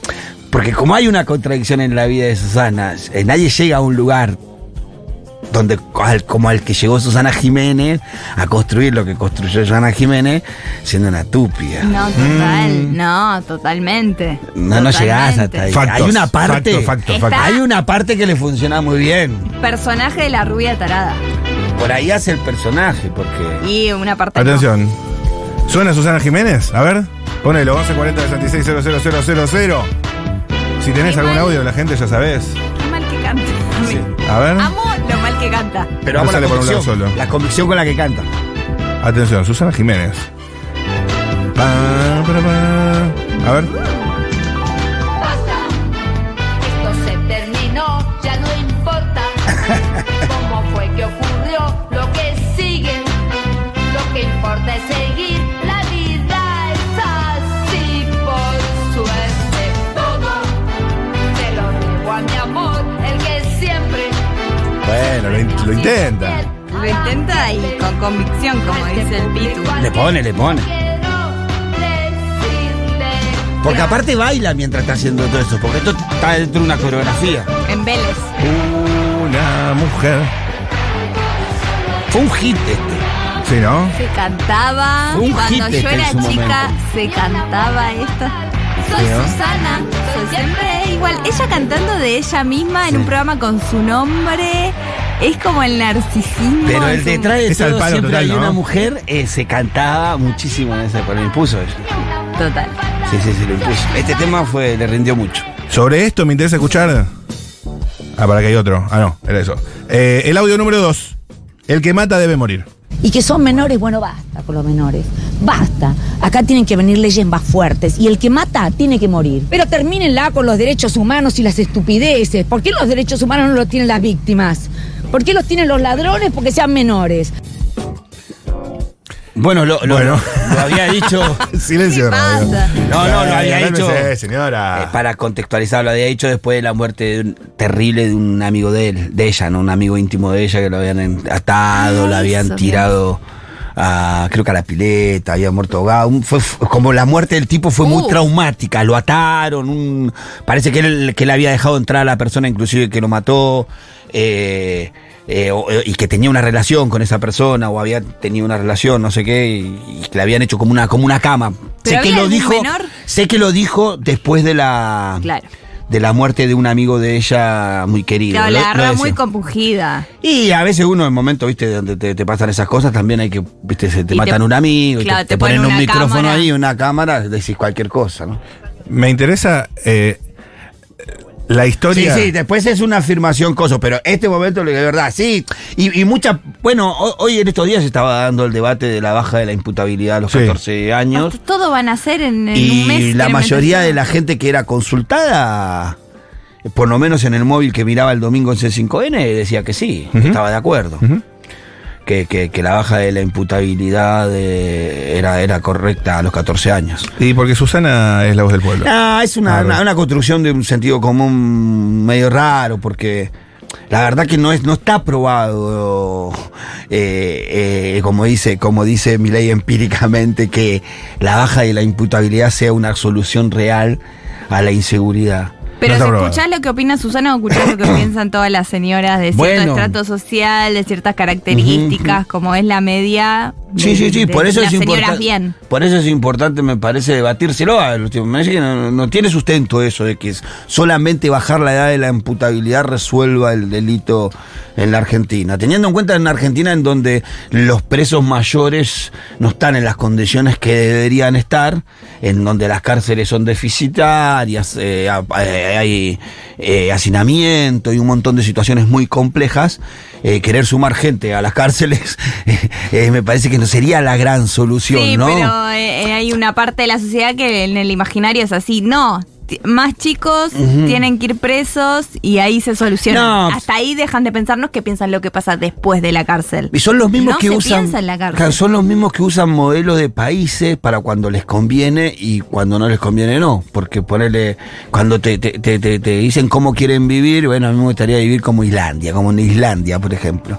S3: Porque como hay una contradicción en la vida de Susana, eh, nadie llega a un lugar donde al- como al que llegó Susana Jiménez a construir lo que construyó Susana Jiménez, siendo una estúpida.
S1: No, total, no, totalmente.
S3: Mm. No, no llegás hasta ahí.
S2: Factos,
S3: hay una parte.
S2: facto, facto,
S1: facto.
S3: Hay una parte que le funciona muy bien.
S1: Personaje de la rubia tarada.
S3: Por ahí hace el personaje, porque.
S1: Y una parte. no.
S2: Atención. ¿Suena Susana Jiménez? A ver, ponelo, 1140 000. Si tenés algún audio de la gente, ya sabés.
S1: Qué mal que canta.
S2: A ver,
S1: Amo lo mal que canta.
S3: Pero
S2: No
S3: vamos a
S2: sale
S3: la
S2: por un lado
S3: convicción.
S2: solo.
S3: La convicción con la que canta.
S2: atención, Susana Jiménez. Pa, pa, pa. A ver,
S11: Esto se terminó, ya no importa cómo fue que ocurrió, lo que sigue, lo que importa es seguir. La vida es así, por suerte. Todo se lo debo a mi amor, el que siempre
S2: bueno, lo, in- lo intenta.
S1: Lo intenta y con convicción, como dice el Pitu.
S3: Le pone, le pone.
S11: quiero decirle.
S3: Porque aparte baila mientras está haciendo todo eso, porque esto está dentro de una coreografía.
S1: En Vélez.
S2: Una mujer.
S3: Fue un hit este.
S2: Sí, ¿no?
S1: Se cantaba.
S3: Fue un hit
S1: Cuando
S3: este
S1: yo
S3: en
S1: era
S3: su
S1: chica,
S3: momento.
S1: se cantaba esta. Soy
S3: ¿no?
S1: Susana, soy siempre igual. Ella cantando de ella misma en un programa con su nombre. Es como el narcisismo.
S3: Pero
S1: en
S3: el
S1: su-
S3: detrás de
S2: Es al
S3: todo
S2: palo
S3: siempre
S2: total,
S3: hay
S2: ¿no?
S3: una mujer, eh, se cantaba muchísimo en ese, pero lo impuso ella.
S1: Total.
S3: Sí, sí, sí, lo impuso. Este tema fue, le rindió mucho.
S2: Sobre esto me interesa escuchar. Ah, para que hay otro. Ah, no, era eso. Eh, el audio número 2. El que mata debe morir.
S12: y que son menores, bueno, basta con los menores, basta. Acá tienen que venir leyes más fuertes y el que mata tiene que morir. Pero termínenla con los derechos humanos y las estupideces. ¿Por qué los derechos humanos no los tienen las víctimas? ¿Por qué los tienen los ladrones? Porque sean menores.
S3: Bueno, lo, lo-
S2: Bueno.
S3: lo había dicho.
S2: Silencio, de
S1: ¿Qué
S2: radio.
S1: pasa?
S3: No, no, lo había
S2: Cálmese,
S3: dicho.
S2: señora.
S3: Eh, para contextualizar, lo había dicho después de la muerte de un- terrible de un amigo de él, de ella, ¿no? Un amigo íntimo de ella que lo habían en- atado,
S1: Ah,
S3: lo habían
S1: eso,
S3: tirado a, creo que a la pileta, había muerto ahogado. Un- fue, fue- como la muerte del tipo fue muy
S1: Uh.
S3: traumática, lo ataron, un- parece que él, que le había dejado entrar a la persona inclusive que lo mató. eh, eh, o- eh, y que tenía una relación con esa persona o había tenido una relación, no sé qué, y, y que le habían hecho como una, como una cama.
S1: ¿Pero
S3: sé que
S1: había
S3: lo
S1: algún
S3: dijo,
S1: menor?
S3: Sé que lo dijo después de la
S1: Claro.
S3: de la muerte de un amigo de ella muy querido.
S1: Claro,
S3: Lo-
S1: la
S3: lo
S1: agarra
S3: decía.
S1: muy compungida.
S3: y a veces uno en el momento, viste, donde te, te pasan esas cosas, también hay que, viste, se te
S1: Y te-
S3: matan un amigo, y
S1: claro,
S3: te, te ponen, un
S1: una
S3: micrófono
S1: cámara.
S3: ahí, una cámara, decís cualquier cosa, ¿no?
S2: Me interesa eh, la
S3: Sí,
S2: historia.
S3: sí, después es una afirmación, cosa, pero este momento, de verdad, sí. Y, y mucha. Bueno, ho- hoy en estos días se estaba dando el debate de la baja de la imputabilidad a los
S2: Sí.
S3: 14 años.
S1: Todo van a hacer en, en un mes.
S3: Y la
S1: tremendo.
S3: mayoría de la gente que era consultada, por lo menos en el móvil que miraba el domingo en C5N, decía que sí, que
S2: Ujú.
S3: estaba de acuerdo.
S2: Ujú.
S3: que, que- que la baja de la imputabilidad eh, era, era correcta a los 14 años.
S2: Y porque Susana es la voz del pueblo.
S3: Ah, es una,
S2: Claro.
S3: una, una construcción de un sentido común medio raro, porque la verdad que no es, no está probado, eh, eh, como dice, como dice mi ley empíricamente, que la baja de la imputabilidad sea una solución real a la inseguridad.
S2: No
S1: Pero
S2: está
S1: si
S2: aprobado.
S1: escuchás lo que opina Susana o escuchás lo que piensan todas las señoras de cierto
S3: Bueno.
S1: estrato social, de ciertas características, como es la media. de-
S3: Sí, sí, sí,
S1: de-
S3: por
S1: de
S3: eso es
S1: las señoras
S3: importante.
S1: bien.
S3: Por eso es importante, me parece, debatírselo a los tiempos. Me parece que no, no tiene sustento eso de que es- solamente bajar la edad de la imputabilidad resuelva el delito en la Argentina. Teniendo en cuenta en Argentina en donde los presos mayores no están en las condiciones que deberían estar, en donde las cárceles son deficitarias, eh, a- eh, hay eh, hacinamiento y un montón de situaciones muy complejas, eh, querer sumar gente a las cárceles eh, me parece que no sería la gran solución,
S1: Sí,
S3: ¿no?
S1: pero eh, eh, hay una parte de la sociedad que en el imaginario es así. No, t- más chicos tienen que ir presos y ahí se soluciona.
S3: No.
S1: Hasta ahí dejan de pensarnos que piensan lo que pasa después de la cárcel.
S3: Y son los mismos
S1: No
S3: que
S1: se
S3: usan.
S1: piensa en la cárcel.
S3: Claro, son los mismos que usan modelos de países para cuando les conviene y cuando no les conviene no. Porque ponele, cuando te, te, te, te- te dicen cómo quieren vivir, bueno, a mí me gustaría vivir como Islandia, como en Islandia, por ejemplo.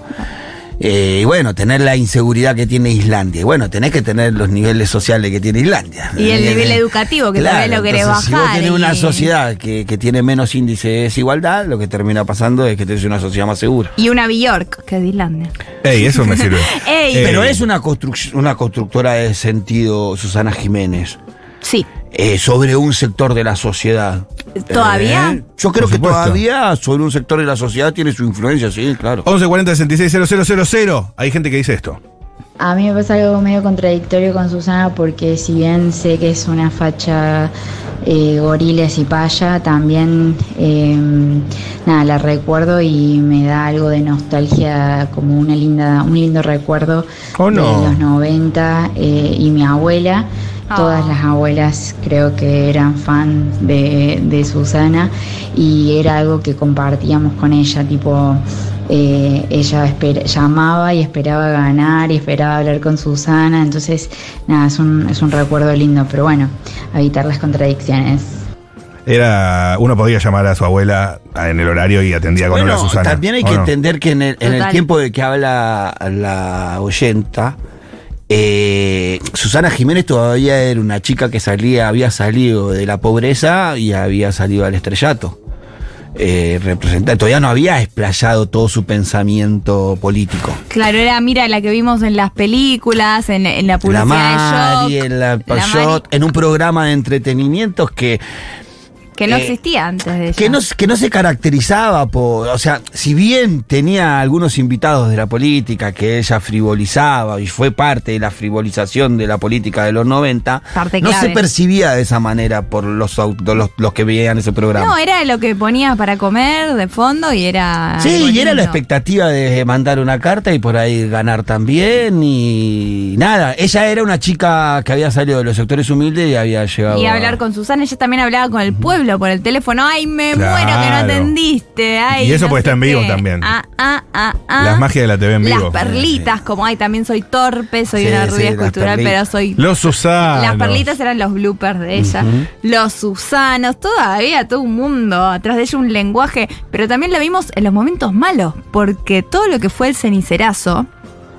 S3: Eh, y bueno, tener la inseguridad que tiene Islandia. Y bueno, tenés que tener los niveles sociales que tiene Islandia. Eh,
S1: Y el nivel educativo, que
S3: Claro,
S1: también lo querés
S3: entonces, Si vos
S1: bajar.
S3: tenés una
S1: y-
S3: sociedad que, que tiene menos índice de desigualdad, lo que termina pasando es que tenés una sociedad más segura.
S1: Y una Bjork, que es de Islandia.
S2: Ey, eso me sirve. Eh,
S1: Ey.
S3: Pero es una, construc- una constructora de sentido, Susana Jiménez.
S1: Sí.
S3: eh, sobre un sector de la sociedad.
S1: ¿Todavía?
S3: Eh, Yo creo
S2: Por
S3: que
S2: supuesto.
S3: todavía sobre un sector de la sociedad tiene su influencia, sí, claro.
S2: 1140 66 000. Hay gente que dice esto.
S13: A mí me pasa algo medio contradictorio con Susana porque si bien sé que es una facha eh, goriles y paya, también eh, nada, la recuerdo y me da algo de nostalgia, como una linda, un lindo recuerdo
S2: Oh, no.
S13: de los 90 eh, y mi abuela. Todas las abuelas creo que eran fan de, de Susana y era algo que compartíamos con ella, tipo eh, ella esper- llamaba y esperaba ganar y esperaba hablar con Susana, entonces nada, es un, es un recuerdo lindo, pero bueno, a evitar las contradicciones.
S2: Era, uno podía llamar a su abuela en el horario y atendía con
S3: Bueno,
S2: una Susana.
S3: también hay
S2: ¿o
S3: que
S2: no?
S3: entender que en el, en el
S2: Total.
S3: tiempo de que habla la oyenta, eh, Susana Jiménez todavía era una chica que salía, había salido de la pobreza y había salido al estrellato. Eh, representa- todavía no había explayado todo su pensamiento político.
S1: Claro, era, mira, la que vimos en las películas, en, en la
S3: La
S1: publicidad de
S3: Mari,
S1: Shock,
S3: en la
S1: la
S3: Pajot, en un programa de entretenimientos que
S1: que no
S3: eh,
S1: existía antes de ella.
S3: que no, que no se caracterizaba por, o sea, si bien tenía algunos invitados de la política que ella frivolizaba y fue parte de la frivolización de la política de los 90,
S1: Parte
S3: no
S1: clave.
S3: se percibía de esa manera por los, auto- los, los que veían ese programa.
S1: No, era lo que ponías para comer de fondo y era.
S3: Sí,
S1: algo
S3: y era la
S1: lindo.
S3: expectativa de mandar una carta y por ahí ganar también y nada. Ella era una chica que había salido de los sectores humildes y había llegado
S1: Y
S3: a-
S1: hablar con Susana, ella también hablaba con el pueblo por el teléfono. Ay, me
S2: Claro.
S1: muero que no atendiste. Ay,
S2: Y eso
S1: no
S2: porque
S1: sé
S2: está en vivo
S1: qué.
S2: también.
S1: Ah, ah, ah, ah.
S2: Las magias de la TV en
S1: Las
S2: vivo.
S1: perlitas, como ay, también soy torpe, soy
S2: Sí,
S1: una
S2: sí,
S1: rubia
S2: las
S1: escultural,
S2: perlitas.
S1: pero soy.
S2: Los Susana.
S1: Las perlitas eran los bloopers de ella.
S2: Ujú.
S1: Los Susanos, todavía todo un mundo. Atrás de ella un lenguaje. Pero también la vimos en los momentos malos. Porque todo lo que fue el cenicerazo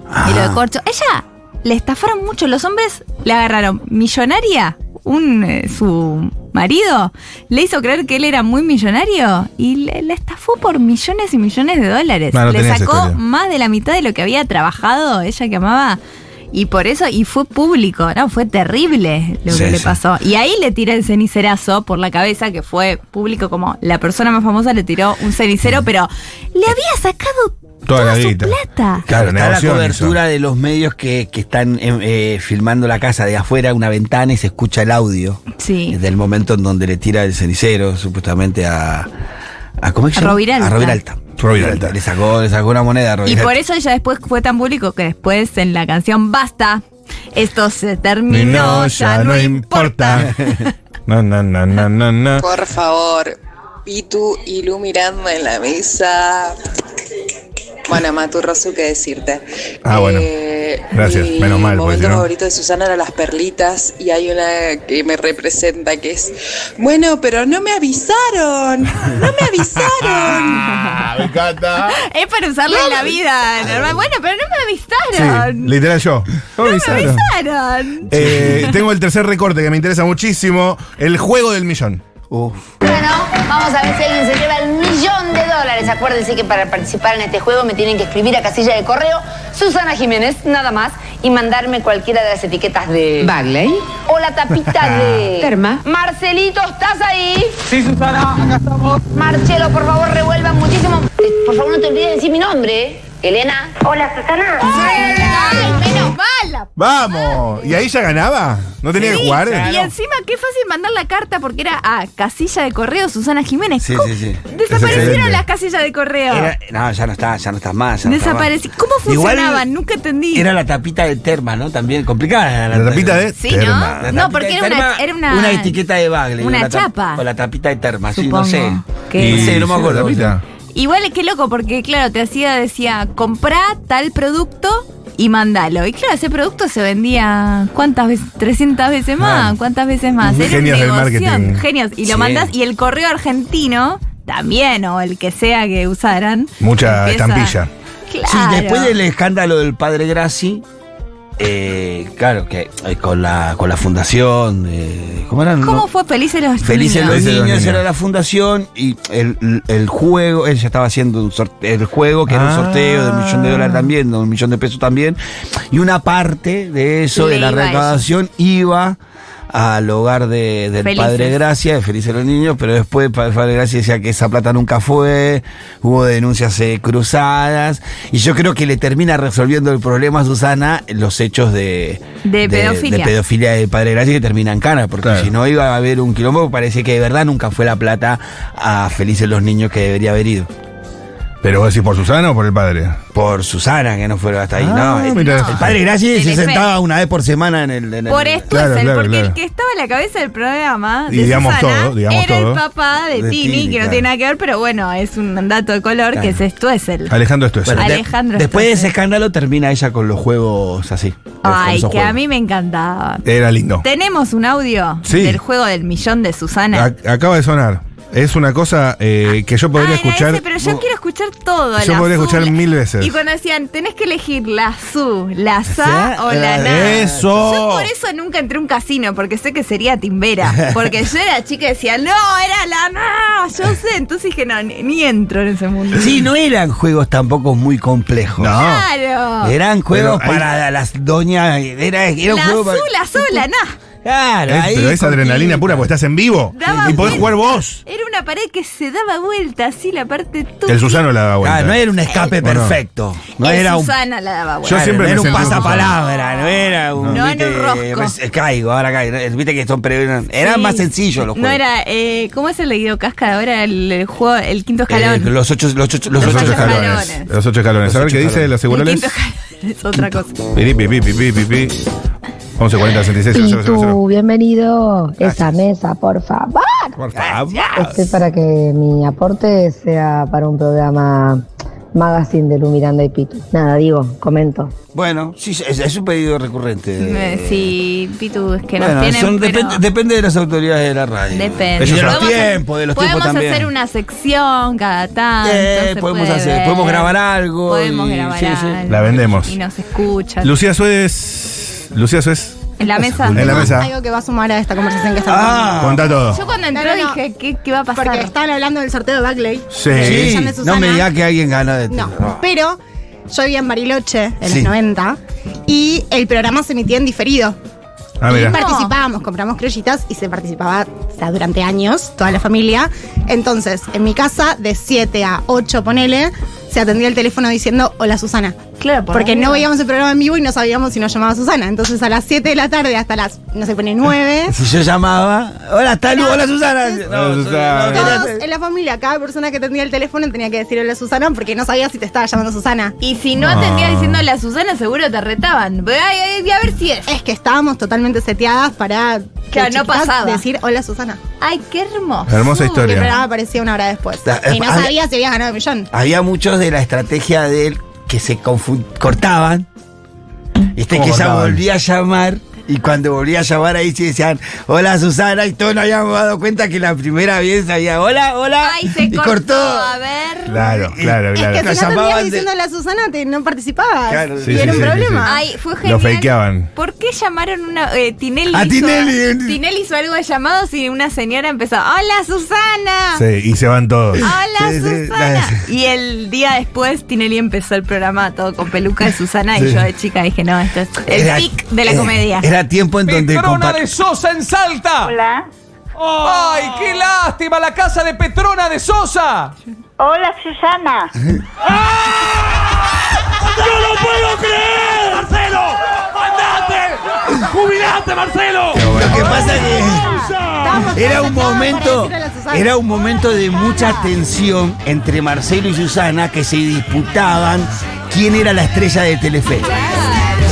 S1: y
S2: Ah.
S1: lo de Corcho. Ella le estafaron mucho. Los hombres le agarraron millonaria. Un, eh, su marido le hizo creer que él era muy millonario y le- la estafó por millones y millones de dólares.
S2: Ah, no
S1: le
S2: tenía esa
S1: sacó
S2: historia.
S1: más de la mitad de lo que había trabajado ella que amaba. Y por eso, y fue público, ¿no? Fue terrible lo
S3: Sí,
S1: que le
S3: sí.
S1: pasó. Y ahí le tira el cenicerazo por la cabeza, que fue público como la persona más famosa le tiró un cenicero, pero le había sacado
S2: Toda la
S1: su
S2: guita.
S1: plata.
S3: Claro, está la
S2: negocio
S3: cobertura de los medios que, que están em, eh, filmando la casa de afuera, una ventana y se escucha el audio
S1: Sí.
S3: del momento en donde le tira el cenicero supuestamente a... a ¿Cómo es
S1: A
S3: que se llama?
S1: Roviralta.
S3: A Roviralta.
S2: Roviralta.
S3: Le sacó, le sacó una moneda a
S1: Y
S3: Roviralta.
S1: por eso ella después fue tan público que después en la canción Basta, esto se terminó, ya no hay
S2: importa. No, no, no, no, no, no.
S14: Por favor, Pitu y Lu mirando en la mesa. Bueno, Maturrosu, qué decirte.
S2: Ah, bueno.
S14: Eh,
S2: Gracias,
S14: mi
S2: menos mal, porque
S14: momento
S2: si no.
S14: favorito de Susana era las perlitas y hay una que me representa que es, bueno, pero no me avisaron, no me
S3: Ah,
S14: avisaron.
S2: me encanta.
S1: Es para usarlo en la vida, normal. Bueno, pero no me
S2: Sí,
S1: avisaron.
S2: literal yo. No,
S1: no me avisaron.
S2: Eh, tengo el tercer recorte que me interesa muchísimo: el juego del millón.
S15: Bueno, vamos a ver si alguien se lleva el millón de dólares. Acuérdense que para participar en este juego me tienen que escribir a casilla de correo Susana Jiménez, nada más, y mandarme cualquiera de las etiquetas de...
S16: Bagley.
S15: O la tapita
S17: Ah,
S15: de...
S16: Terma.
S15: Marcelito, ¿estás ahí?
S16: Sí, Susana, acá estamos.
S15: Marcelo, por favor, revuelvan muchísimo. Eh, Por favor, no te olvides de decir mi nombre, ¿eh? Elena. Hola, Susana.
S1: Ay, menos mala.
S2: ¡Vamos! ¿Y ahí ya ganaba? ¿No tenía que jugar?
S1: Y encima, qué fácil mandar la carta porque era a casilla de correo Susana Jiménez.
S3: Sí,
S1: ¿Cómo-
S3: sí, sí.
S1: Desaparecieron las casillas de correo.
S3: Era- no, ya no está, ya no está más. ya no está más.
S1: Desaparecí. ¿Cómo
S3: Igual
S1: funcionaban? Nunca entendí.
S3: Era la tapita de terma, ¿no? También complicada.
S2: La tapita de
S1: Sí, ¿no? terma.
S3: La
S1: No,
S3: tapita
S1: porque
S3: de
S1: era una-
S3: terma,
S1: era una-
S3: etiqueta de bagley.
S1: una
S3: o la tap-
S1: chapa.
S3: O la tapita de terma,
S1: Supongo
S3: sí, no sé.
S1: que-
S3: No sé, no me
S2: Sí,
S3: acuerdo.
S2: la tapita.
S1: Igual qué loco, porque claro, te hacía, decía, comprá tal producto y mandalo. Y claro, ese producto se vendía, ¿cuántas veces? 300 veces más,
S2: Claro.
S1: ¿cuántas veces más?
S2: Genios del marketing.
S1: Genios. Y lo
S2: Sí.
S1: mandás, y el correo argentino también, o el que sea que usaran.
S2: Mucha
S1: empieza-
S2: estampilla.
S3: Sí, después del escándalo del padre Grassi, eh, claro, que eh, con, la, con la fundación, eh, ¿cómo era?
S1: ¿Cómo
S3: No,
S1: fue Felices los
S3: Felices
S1: Niños?
S3: los niños era la fundación y el, el juego, él ya estaba haciendo un sorte- el juego que era un
S2: Ah.
S3: sorteo de un millón de dólares también, de un millón de pesos también, y una parte de eso,
S2: Le
S3: de la
S2: iba a ellos.
S3: recaudación, iba al hogar de- del
S2: Felices.
S3: Padre Gracia, de Felices los Niños, pero después el Padre Gracia decía que esa plata nunca fue, hubo denuncias eh, cruzadas, y yo creo que le termina resolviendo el problema a Susana los hechos de,
S1: De pedofilia.
S3: de pedofilia del Padre Gracia que termina en cana, porque si no iba a haber un quilombo, parece que de verdad nunca fue la plata a Felices los Niños que debería haber ido.
S2: ¿Pero vos decís por Susana o por el padre?
S3: Por Susana, que no fue hasta ahí.
S2: Ah,
S3: no, el-
S2: mira.
S3: el Padre Gracia se
S1: Telefe.
S3: sentaba una vez por semana en el... en el-
S1: Por esto es el, porque el que estaba a la cabeza del programa
S3: Y
S1: de
S3: digamos
S1: Susana
S3: todo, digamos
S1: era
S3: todo.
S1: el papá de,
S3: De
S1: Tini,
S3: Tini,
S1: que
S3: claro.
S1: no tiene nada que ver, pero bueno, es un dato de color que es esto es el.
S2: Alejandro esto eh,
S3: Bueno, de-
S1: Alejandro
S3: después de ese
S1: Stoessel.
S3: escándalo termina ella con los juegos así.
S1: Ay, que
S3: con esos
S1: a
S3: juegos.
S1: mí me encantaba.
S2: Era lindo.
S1: Tenemos un audio
S2: Sí.
S1: del juego del millón de Susana.
S2: Ac- acaba de sonar. Es una cosa eh, que yo podría
S1: Ah, era
S2: escuchar. Eh,
S1: ese, pero yo quiero escuchar todo.
S2: Yo
S1: la
S2: podría
S1: su,
S2: escuchar
S1: la-
S2: mil veces.
S1: Y cuando decían, tenés que elegir la su, la sa
S2: ¿Sí?
S1: o la
S2: Ah,
S1: na.
S2: eso.
S1: Yo por eso nunca entré a un casino, porque sé que sería timbera. Porque yo era chica y decía, no, era la na. Yo sé, entonces dije, no, ni, ni entro en ese mundo.
S3: Sí, no eran juegos tampoco muy complejos.
S1: Claro.
S3: Eran juegos
S2: Pero ahí-
S3: para las doñas. Era, era un
S1: la
S3: juego
S1: su,
S3: para.
S1: la su, la na.
S3: Claro,
S2: Es-
S3: ahí
S2: pero es
S3: con-
S2: adrenalina pura porque estás en vivo.
S1: Daba
S2: y podés
S1: vuelta.
S2: jugar vos.
S1: Era una pared que se daba vuelta, así la parte tuya.
S2: El Susano la da vuelta. Eh,
S3: Ah, no era un escape
S2: Bueno.
S3: perfecto. No
S1: El
S3: era un.
S1: Susana la daba
S2: Yo
S1: vuelta.
S3: Claro,
S2: siempre
S3: no
S2: me
S3: era un
S2: sentí un
S3: pasapalabra, no era un.
S1: No, era un
S3: viste,
S1: rosco.
S3: ves, eh, caigo, ahora caigo. eh, Viste que son pre- eran, eran
S1: Sí.
S3: más sencillos los
S1: No
S3: juegos.
S1: era, eh, ¿cómo es el de Guido Casca? Ahora el, el juego, el quinto
S3: Eh,
S1: escalón.
S3: los ocho, los ocho,
S2: Los,
S3: los
S2: ocho
S3: ocho
S2: escalones.
S1: escalones.
S2: Los ocho escalones.
S3: Los
S2: a ver
S3: ocho
S2: qué dice
S3: escalones.
S2: los
S1: el
S2: seguroles.
S1: quinto escalón es otra cosa.
S2: Pirí, pi, pi, pi, pi, pi, pi. 11 40 66 000.
S17: Pitu, bienvenido a esa mesa, por favor.
S2: Por favor.
S17: Este para que mi aporte sea para un programa magazine de Lu Miranda y Pitu. Nada, digo, comento.
S3: Bueno, sí, es, es un pedido recurrente.
S1: Eh, Sí, Pitu, es que
S3: Bueno,
S1: nos tienen.
S3: son-
S1: pero
S3: depende, depende de las autoridades de la radio.
S1: depende.
S3: Y De los
S1: Podemos-
S3: tiempos, de los tiempos
S1: Podemos
S3: también.
S1: hacer una sección cada tanto.
S3: Eh,
S1: se
S3: podemos
S1: puede
S3: hacer,
S1: ver.
S3: podemos grabar algo.
S1: Podemos
S3: y-
S1: grabar
S3: sí, sí.
S1: algo.
S2: La vendemos.
S1: Y nos escuchan.
S2: Lucía Suez. Lucía Suez.
S18: En la mesa.
S2: En la mesa.
S18: Algo que va a sumar a esta conversación que estamos
S2: Ah. Contá todo. Yo
S1: cuando entré dije, ¿qué, va a pasar?
S18: Porque estaban hablando del sorteo de Buckley.
S2: Sí.
S18: del millón de
S3: No
S18: Susana.
S3: me digas que alguien gana de ti.
S18: No,
S3: Ah.
S18: pero yo vivía en Bariloche en
S3: Sí.
S18: los 90 y el programa se emitía en diferido.
S2: Ah,
S18: y
S2: mira.
S18: participábamos, compramos criollitas y se participaba o sea, durante años, toda la familia. Entonces, en mi casa, de 7 a 8, ponele, se atendía el teléfono diciendo Hola Susana.
S1: Claro, por
S18: porque
S1: ahí.
S18: no veíamos el programa en vivo y no sabíamos si nos llamaba Susana. Entonces, a las 7 de la tarde hasta las, no sé, pone 9.
S3: Si yo llamaba. Hola, Talu, hola, Susana. No, no,
S18: Todos en la familia, cada persona que atendía el teléfono tenía que decir hola Susana porque no sabía si te estaba llamando Susana.
S1: Y si no
S2: Ah.
S1: atendías diciendo la Susana, seguro te retaban. Ay, ay, ay, a ver si es.
S18: Es que estábamos totalmente seteadas para de
S1: Claro, no
S18: chiquitas
S1: pasaba.
S18: decir hola Susana.
S1: Ay, qué hermoso.
S2: Hermosa historia.
S18: El programa aparecía una hora después.
S3: Ta- eh,
S18: Y no
S3: había-
S18: sabía si habías ganado el millón.
S3: Había muchos de la estrategia de él que se confu- cortaban. Viste
S2: ¿Cómo
S3: que ya
S2: cortaban?
S3: volvía a llamar. Y cuando volvía a llamar ahí sí decían, hola Susana, y todos nos habíamos dado cuenta que la primera vez había, hola, hola,
S1: Ay, se
S3: y
S1: cortó.
S3: cortó.
S1: A ver.
S2: Claro, claro,
S18: Es
S2: claro.
S18: que si no
S3: llamaban
S18: atendías
S3: de-
S18: diciendo hola Susana, te, no participabas.
S2: Claro,
S18: y
S2: sí,
S18: era
S2: sí,
S18: un
S2: sí,
S18: problema.
S2: sí,
S1: Ay, fue
S2: Lo
S1: genial.
S2: fakeaban.
S1: ¿Por qué llamaron una. eh, Tinelli.
S2: A
S1: hizo-
S2: Tinelli.
S1: Tinelli hizo algo de llamados y una señora empezó. ¡Hola, Susana!
S2: Sí, y se van todos.
S1: ¡Hola,
S2: Sí, sí,
S1: Susana!
S2: la-
S1: Y el día después, Tinelli empezó el programa todo con peluca de Susana.
S3: Sí.
S1: Y yo de chica dije: No, esto es el
S3: Era-
S1: pic de la
S3: eh,
S1: comedia.
S3: Era tiempo en donde
S16: Petrona
S3: compa-
S16: de Sosa en Salta. Hola. ¡Ay, qué lástima! La casa de Petrona de Sosa. Hola, Susana. ¡No lo puedo creer! ¡Marcelo! ¡Andate! ¡Jubilate, Marcelo!
S3: Lo que pasa es que era un momento, era un momento de mucha tensión entre Marcelo y Susana que se disputaban quién era la estrella de Telefe.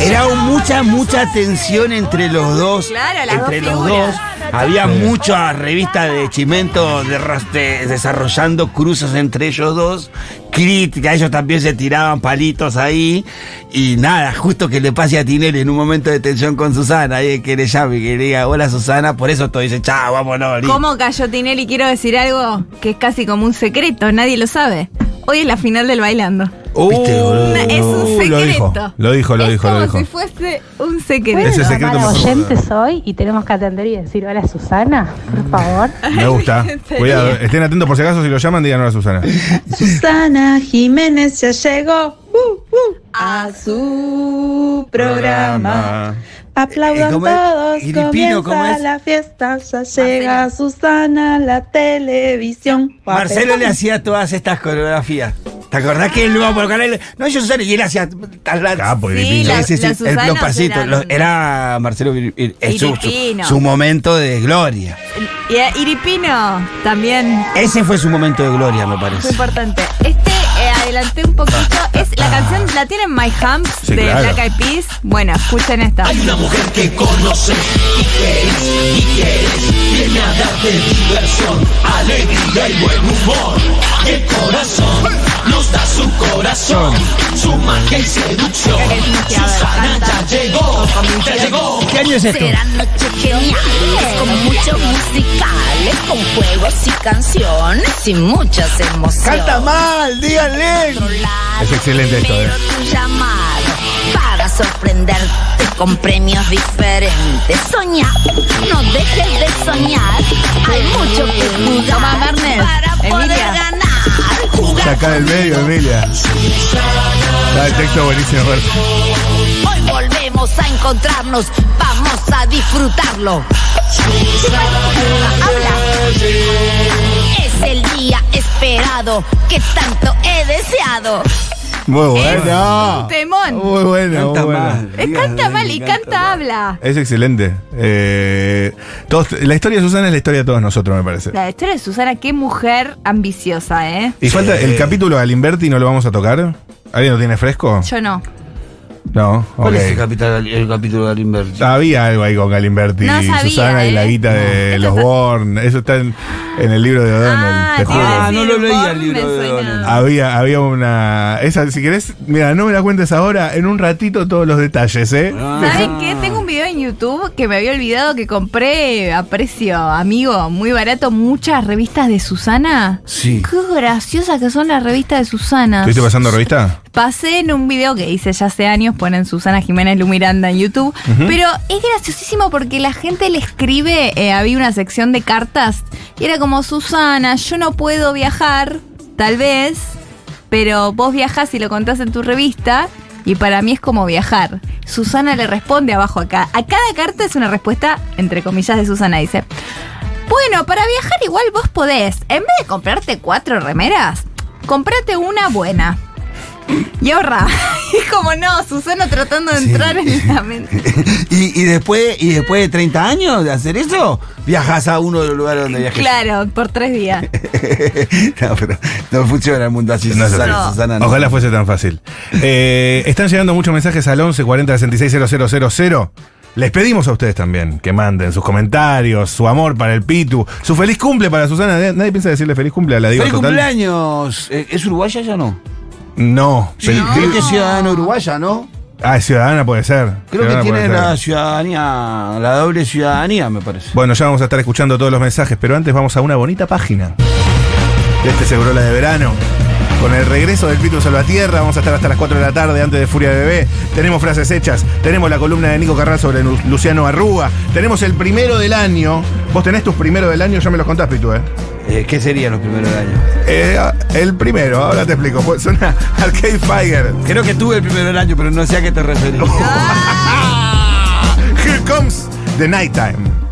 S3: Era un- mucha, mucha tensión entre los dos.
S1: Claro, las
S3: entre
S1: dos
S3: los
S1: figuras.
S3: dos. Había muchas revistas de chimento de ras- de- desarrollando cruces entre ellos dos. Crítica, ellos también se tiraban palitos ahí. Y nada, justo que le pase a Tinelli en un momento de tensión con Susana. Y que le llame, que le diga, hola Susana. Por eso todo dice, chao, vámonos. listo".
S1: ¿Cómo cayó Tinelli? Quiero decir algo que es casi como un secreto, nadie lo sabe. Hoy es la final del bailando.
S2: ¿Viste, boludo?
S1: Es un
S2: Uh, Lo dijo,
S1: secreto.
S2: lo dijo, lo
S1: Es
S2: dijo, lo
S1: como
S2: dijo.
S1: si fuese un secreto.
S2: Ese secreto
S1: Para
S2: mejor
S1: oyentes.
S6: oyentes hoy y tenemos que atender y decir hola Susana, por favor.
S2: Me gusta. Cuidado, estén atentos por si acaso si lo llaman, díganos a Susana.
S19: Susana Jiménez ya llegó uh, uh, a su programa.
S2: Eh,
S19: Aplaudan
S2: ¿cómo es?
S19: todos,
S2: Filipino, ¿cómo
S19: comienza
S2: es?
S19: la fiesta, ya llega Susana a la televisión.
S3: Marcelo
S19: Guapetón.
S3: le hacía todas estas coreografías. ¿Te acordás que él iba por canal? No, yo Susana, y él hacía tal Capo,
S1: Filipino. la- la Susana
S3: los pasitos.
S1: eran-
S3: los- era Marcelo Fili- eh, eh, su, su,
S1: Filipino.
S3: su momento de gloria.
S1: Y a Iripino también.
S3: Ese fue su momento de gloria, me
S1: Fue
S3: parece.
S1: importante. Este, eh, adelanté un poquito. Es la canción, la tienen My Humps
S3: Sí,
S1: de
S3: claro.
S1: Black Eyed Peas. Bueno, escuchen esta.
S20: que conoces y que es, y que es, viene a darte diversión, alegría y buen humor. Y el corazón nos da su corazón, su magia y seducción. Susana ya llegó, ya llegó.
S3: ¿Qué año es esto?
S11: Serán noches geniales, con muchos musicales, con juegos y canciones y muchas emociones.
S3: Canta mal, díganle.
S2: Es excelente esto, ¿eh?
S11: tu llamado para sorprenderte con premios diferentes. Soñá, no dejes de soñar. Hay mucho que jugar para poder ganar.
S2: Sacá del medio, Emilia. Ah, el texto buenísimo, Roberto.
S11: Hoy volvemos a encontrarnos, vamos a disfrutarlo. Habla. Es el día esperado que tanto he deseado.
S3: Muy bueno.
S1: Temón.
S2: Muy bueno,
S3: Canta
S2: muy bueno.
S3: mal.
S1: Eh, Canta mal y canta habla.
S2: Es excelente. Eh, todos- la historia de Susana es la historia de todos nosotros, me parece.
S1: La historia de Susana, qué mujer ambiciosa, ¿eh?
S2: Y falta el capítulo al Inverti, ¿no lo vamos a tocar? ¿Alguien lo tiene fresco?
S1: Yo no.
S2: No,
S3: ¿Cuál es el,
S2: ok.
S3: capital- el capítulo de Alimberti?
S2: Había algo ahí con Galimberti
S1: No
S2: y
S1: sabía,
S2: Susana y la
S1: ¿eh?
S2: guita de los Born. Eso está en, en el libro de O'Donnell, te juro. Ah,
S3: Ah, no lo leía el libro de Donald.
S2: Había, había una. Esa, si querés, mira, no me la cuentes ahora, en un ratito todos los detalles, ¿eh?
S1: Ah. ¿Saben qué? Tengo un video en YouTube que me había olvidado que compré a precio, amigo, muy barato, muchas revistas de Susana.
S2: Sí.
S1: Qué graciosas que son las revistas de Susana.
S2: ¿Estuviste pasando revista?
S1: Pasé en un video que hice ya hace años, ponen Susana Jiménez Lu Miranda en YouTube,
S2: Ujú.
S1: pero es graciosísimo porque la gente le escribe, eh, había una sección de cartas y era como, Susana, yo no puedo viajar, tal vez, pero vos viajás y lo contás en tu revista y para mí es como viajar. Susana le responde abajo acá. A cada carta es una respuesta, entre comillas, de Susana. Dice, bueno, para viajar igual vos podés. En vez de comprarte cuatro remeras, comprate una buena. Y ahorra. Es como no, Susana tratando de entrar en la mente.
S3: y, y después, y después de 30 años de hacer eso, viajas a uno de los lugares donde viajas.
S1: Claro, por tres días.
S3: no, pero no funciona el mundo así.
S2: No,
S3: Susana,
S2: no.
S3: Susana, no.
S2: Ojalá fuese tan fácil. Eh, están llegando muchos mensajes al 11 40 66 000. Les pedimos a ustedes también que manden sus comentarios, su amor para el Pitu, su feliz cumple para Susana. Nadie- Nadie piensa decirle feliz cumple a la diva
S3: ¡Feliz
S2: total.
S3: cumpleaños! Eh, ¿Es uruguaya ya no?
S2: No, fel-
S3: Creo que es ciudadana uruguaya, ¿no?
S2: Ah, es ciudadana puede ser.
S3: Creo
S2: Ciudadana
S3: que tiene
S2: puede ser.
S3: la ciudadanía, la doble ciudadanía, me parece.
S2: Bueno, ya vamos a estar escuchando todos los mensajes, pero antes vamos a una bonita página. De este seguro la de verano. Con el regreso del Pitu Salvatierra, vamos a estar hasta las 4 de la tarde antes de Furia Bebé. Tenemos frases hechas, tenemos la columna de Nico Carral sobre Lu- Luciano Arruga, tenemos el primero del año. Vos tenés tus primeros del año, ya me los contás, Pitu, ¿eh?
S3: Eh, ¿Qué serían los primeros años?
S2: Eh, el primero, ahora te explico. Fue- Suena Arcade Fire.
S3: Creo que tuve el primero del año, pero no sé a qué te referís.
S2: Here comes the night time.